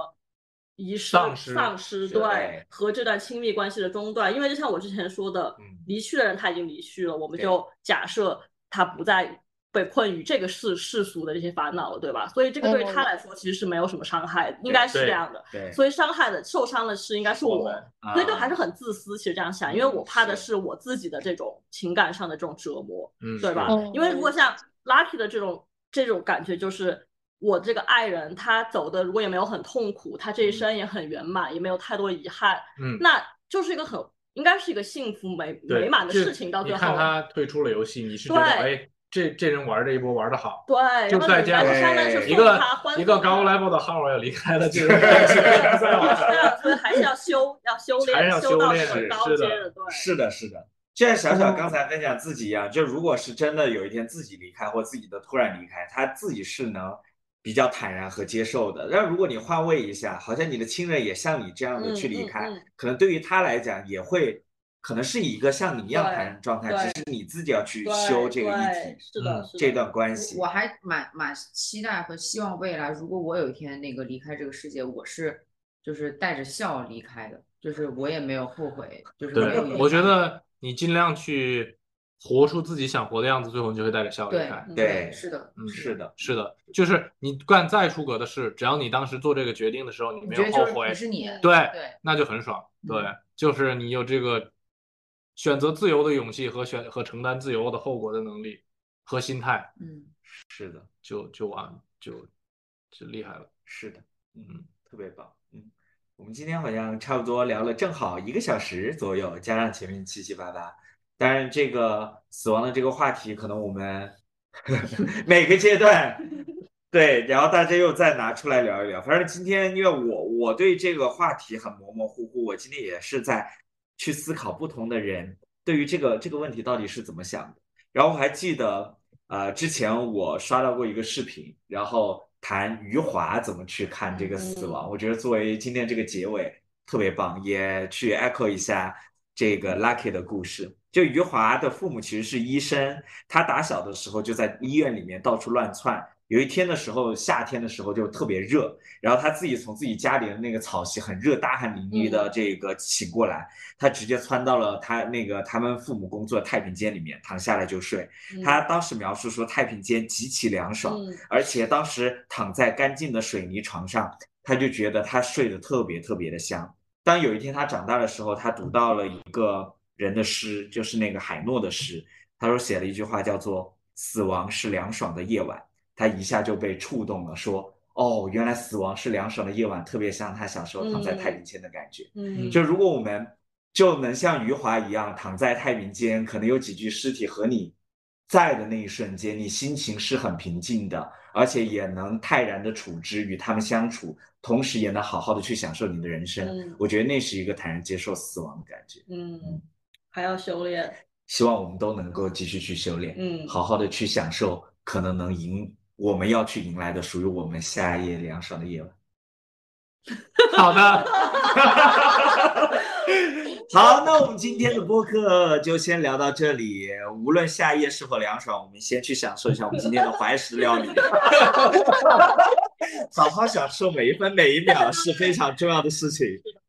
D: 遗失、
E: 丧失
D: 失，
E: 是
D: 对
B: 对
D: 和这段亲密关系的中断，因为就像我之前说的
B: 嗯，
D: 离去的人他已经离去了，我们
B: 对
D: 就假设他不再。被困于这个世世俗的这些烦恼了，对吧？所以这个对
F: 嗯
D: 他来说其实是没有什么伤害的，应该是
E: 对
D: 这样的。
B: 对，
D: 所以伤害的、受伤的是应该是
E: 我
D: 我
E: 们，
D: 所以就还
B: 啊
D: 是很自私。其实这样想，因为我怕的是我自己的这种情感上的这种折磨，
E: 嗯，
D: 对吧
B: 是？
F: 嗯
D: 因为如果像 Lucky 的这种这种感觉就是我这个爱人他走的如果也没有很痛苦，他这一生也很圆满，也没有太多遗憾，
E: 嗯，
D: 那就是一个很应该是一个幸福美
E: 对
D: 哦美满的
E: 这
D: 事情。到
E: 你
D: 最
E: 看
D: 后，
E: 他退出了游戏，你是觉得
D: 对
E: 哎，这这人玩这一波玩的好，
D: 对，
E: 就
D: 然后
E: 再
D: 你
E: 见
D: 来
E: 了
D: 个山门
B: 哎
D: 是
E: 一
D: 送
E: 个
D: 他欢
E: 一个
D: 送
E: 高
D: 他
E: level 的 hero 要离开了，这个
D: 对
E: 人再往
D: 是啊所以还是要修，要修
E: 还是
D: 炼，
E: 要
D: 修
E: 修
D: 到
E: 炼
D: 很
E: 是
D: 高
E: 是
D: 阶
E: 的
D: 的，对。
B: 是的，是的。就像小
D: 哦
B: 小刚才分享自己一样，就如果是真的有一天自己离开或自己的突然离开，他自己是能比较坦然和接受的。但如果你换位一下，好像你的亲人也像你这样的
D: 嗯
B: 去离
D: 嗯
B: 开，
D: 嗯
B: 可能对于他来讲也会，可能是以一个像你一样
D: 对
B: 坦然的状态，
D: 对
B: 只是你自己要去
D: 对
B: 修这个议
D: 对
B: 题，
D: 是的，
E: 嗯
D: 是
B: 这
D: 的
B: 段关系
C: 我。还蛮蛮期待和希望未来，如果我有一天那个离开这个世界，我是就是带着笑离开的，就是我也没有后悔，就是 没有遗
E: 对，我觉
C: 憾
E: 得你尽量去活出自己想活的样子，最后你就会带着笑离
C: 对
E: 开。
D: 嗯
B: 对
C: 是的，
E: 嗯，
B: 是的，
E: 是的，就是你干再出格的事，只要你当时做这个决定的时候你
C: 你
E: 没
C: 觉
E: 有
C: 得
E: 后
C: 就是
E: 悔
C: 不，是你，
E: 对
C: 对，
E: 那就很爽。对
C: 嗯，
E: 就是你有这个选择自由的勇气和选和承担自由的后果的能力和心态，
C: 嗯，
B: 是的，
E: 就就完就就厉害了。
B: 是的，
E: 嗯，
B: 特别棒。嗯，我们今天好像差不多聊了正好一个小时左右，加上前面七七八八。当然，这个死亡的这个话题，可能我们 每个阶段对，然后大家又再拿出来聊一聊。反正今天因为我我对这个话题很模模糊糊，我今天也是在去思考不同的人对于这个这个问题到底是怎么想的。然后我还记得，呃，之前我刷到过一个视频，然后谈余华怎么去看这个死亡。我觉得作为今天这个结尾特别棒，也去 echo 一下这个 Lucky 的故事。就余华的父母其实是医生，他打小的时候就在医院里面到处乱窜。有一天的时候，夏天的时候就特别热，然后他自己从自己家里的那个草席很热，大汗淋漓的这个醒过来，他直接窜到了他那个他们父母工作的太平间里面，躺下来就睡。他当时描述说太平间极其凉爽，
D: 嗯
B: 而且当时躺在干净的水泥床上，他就觉得他睡得特别特别的香。当有一天他长大的时候，他读到了一个人的诗，就是那个海诺的诗，他说写了一句话叫做“死亡是凉爽的夜晚”，他一下就被触动了，说。哦，原来死亡是凉爽的夜晚，特别像他小时候躺在太平间的感觉。
D: 嗯，
B: 就如果我们就能像余华一样躺在太平间，可能有几具尸体和你在的那一瞬间，你心情是很平静的，而且也能泰然的处之，与他们相处，同时也能好好的去享受你的人生。
D: 嗯
B: 我觉得那是一个坦然接受死亡的感觉。
D: 嗯，还要修炼，
B: 希望我们都能够继续去修炼，
D: 嗯
B: 好好的去享受可能能迎我们要去迎来的属于我们夏夜凉爽的夜晚。
E: 好的，
B: 好，那我们今天的播客就先聊到这里。无论夏夜是否凉爽，我们先去享受一下我们今天的怀石料理， 好好享受每一分每一秒是非常重要的事情。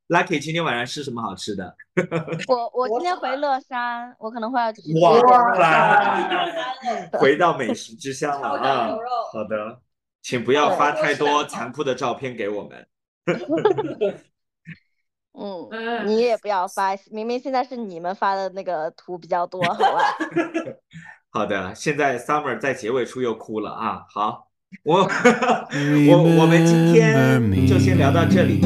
B: Lucky，今天晚上吃什么好吃的？
F: 我我今天回乐山，我可能会要去
B: 哇
F: 吃
B: 哇回到美食之乡了啊！
D: 牛肉，
B: 好的，请不要发太多残酷的照片给我们。
F: 嗯，
C: 嗯
F: 你也不要发，明明现在是你们发的那个图比较多，好吧？
B: 好的，现在 Summer 在结尾处又哭了啊！好，我
G: 我我们今天就先聊到这里。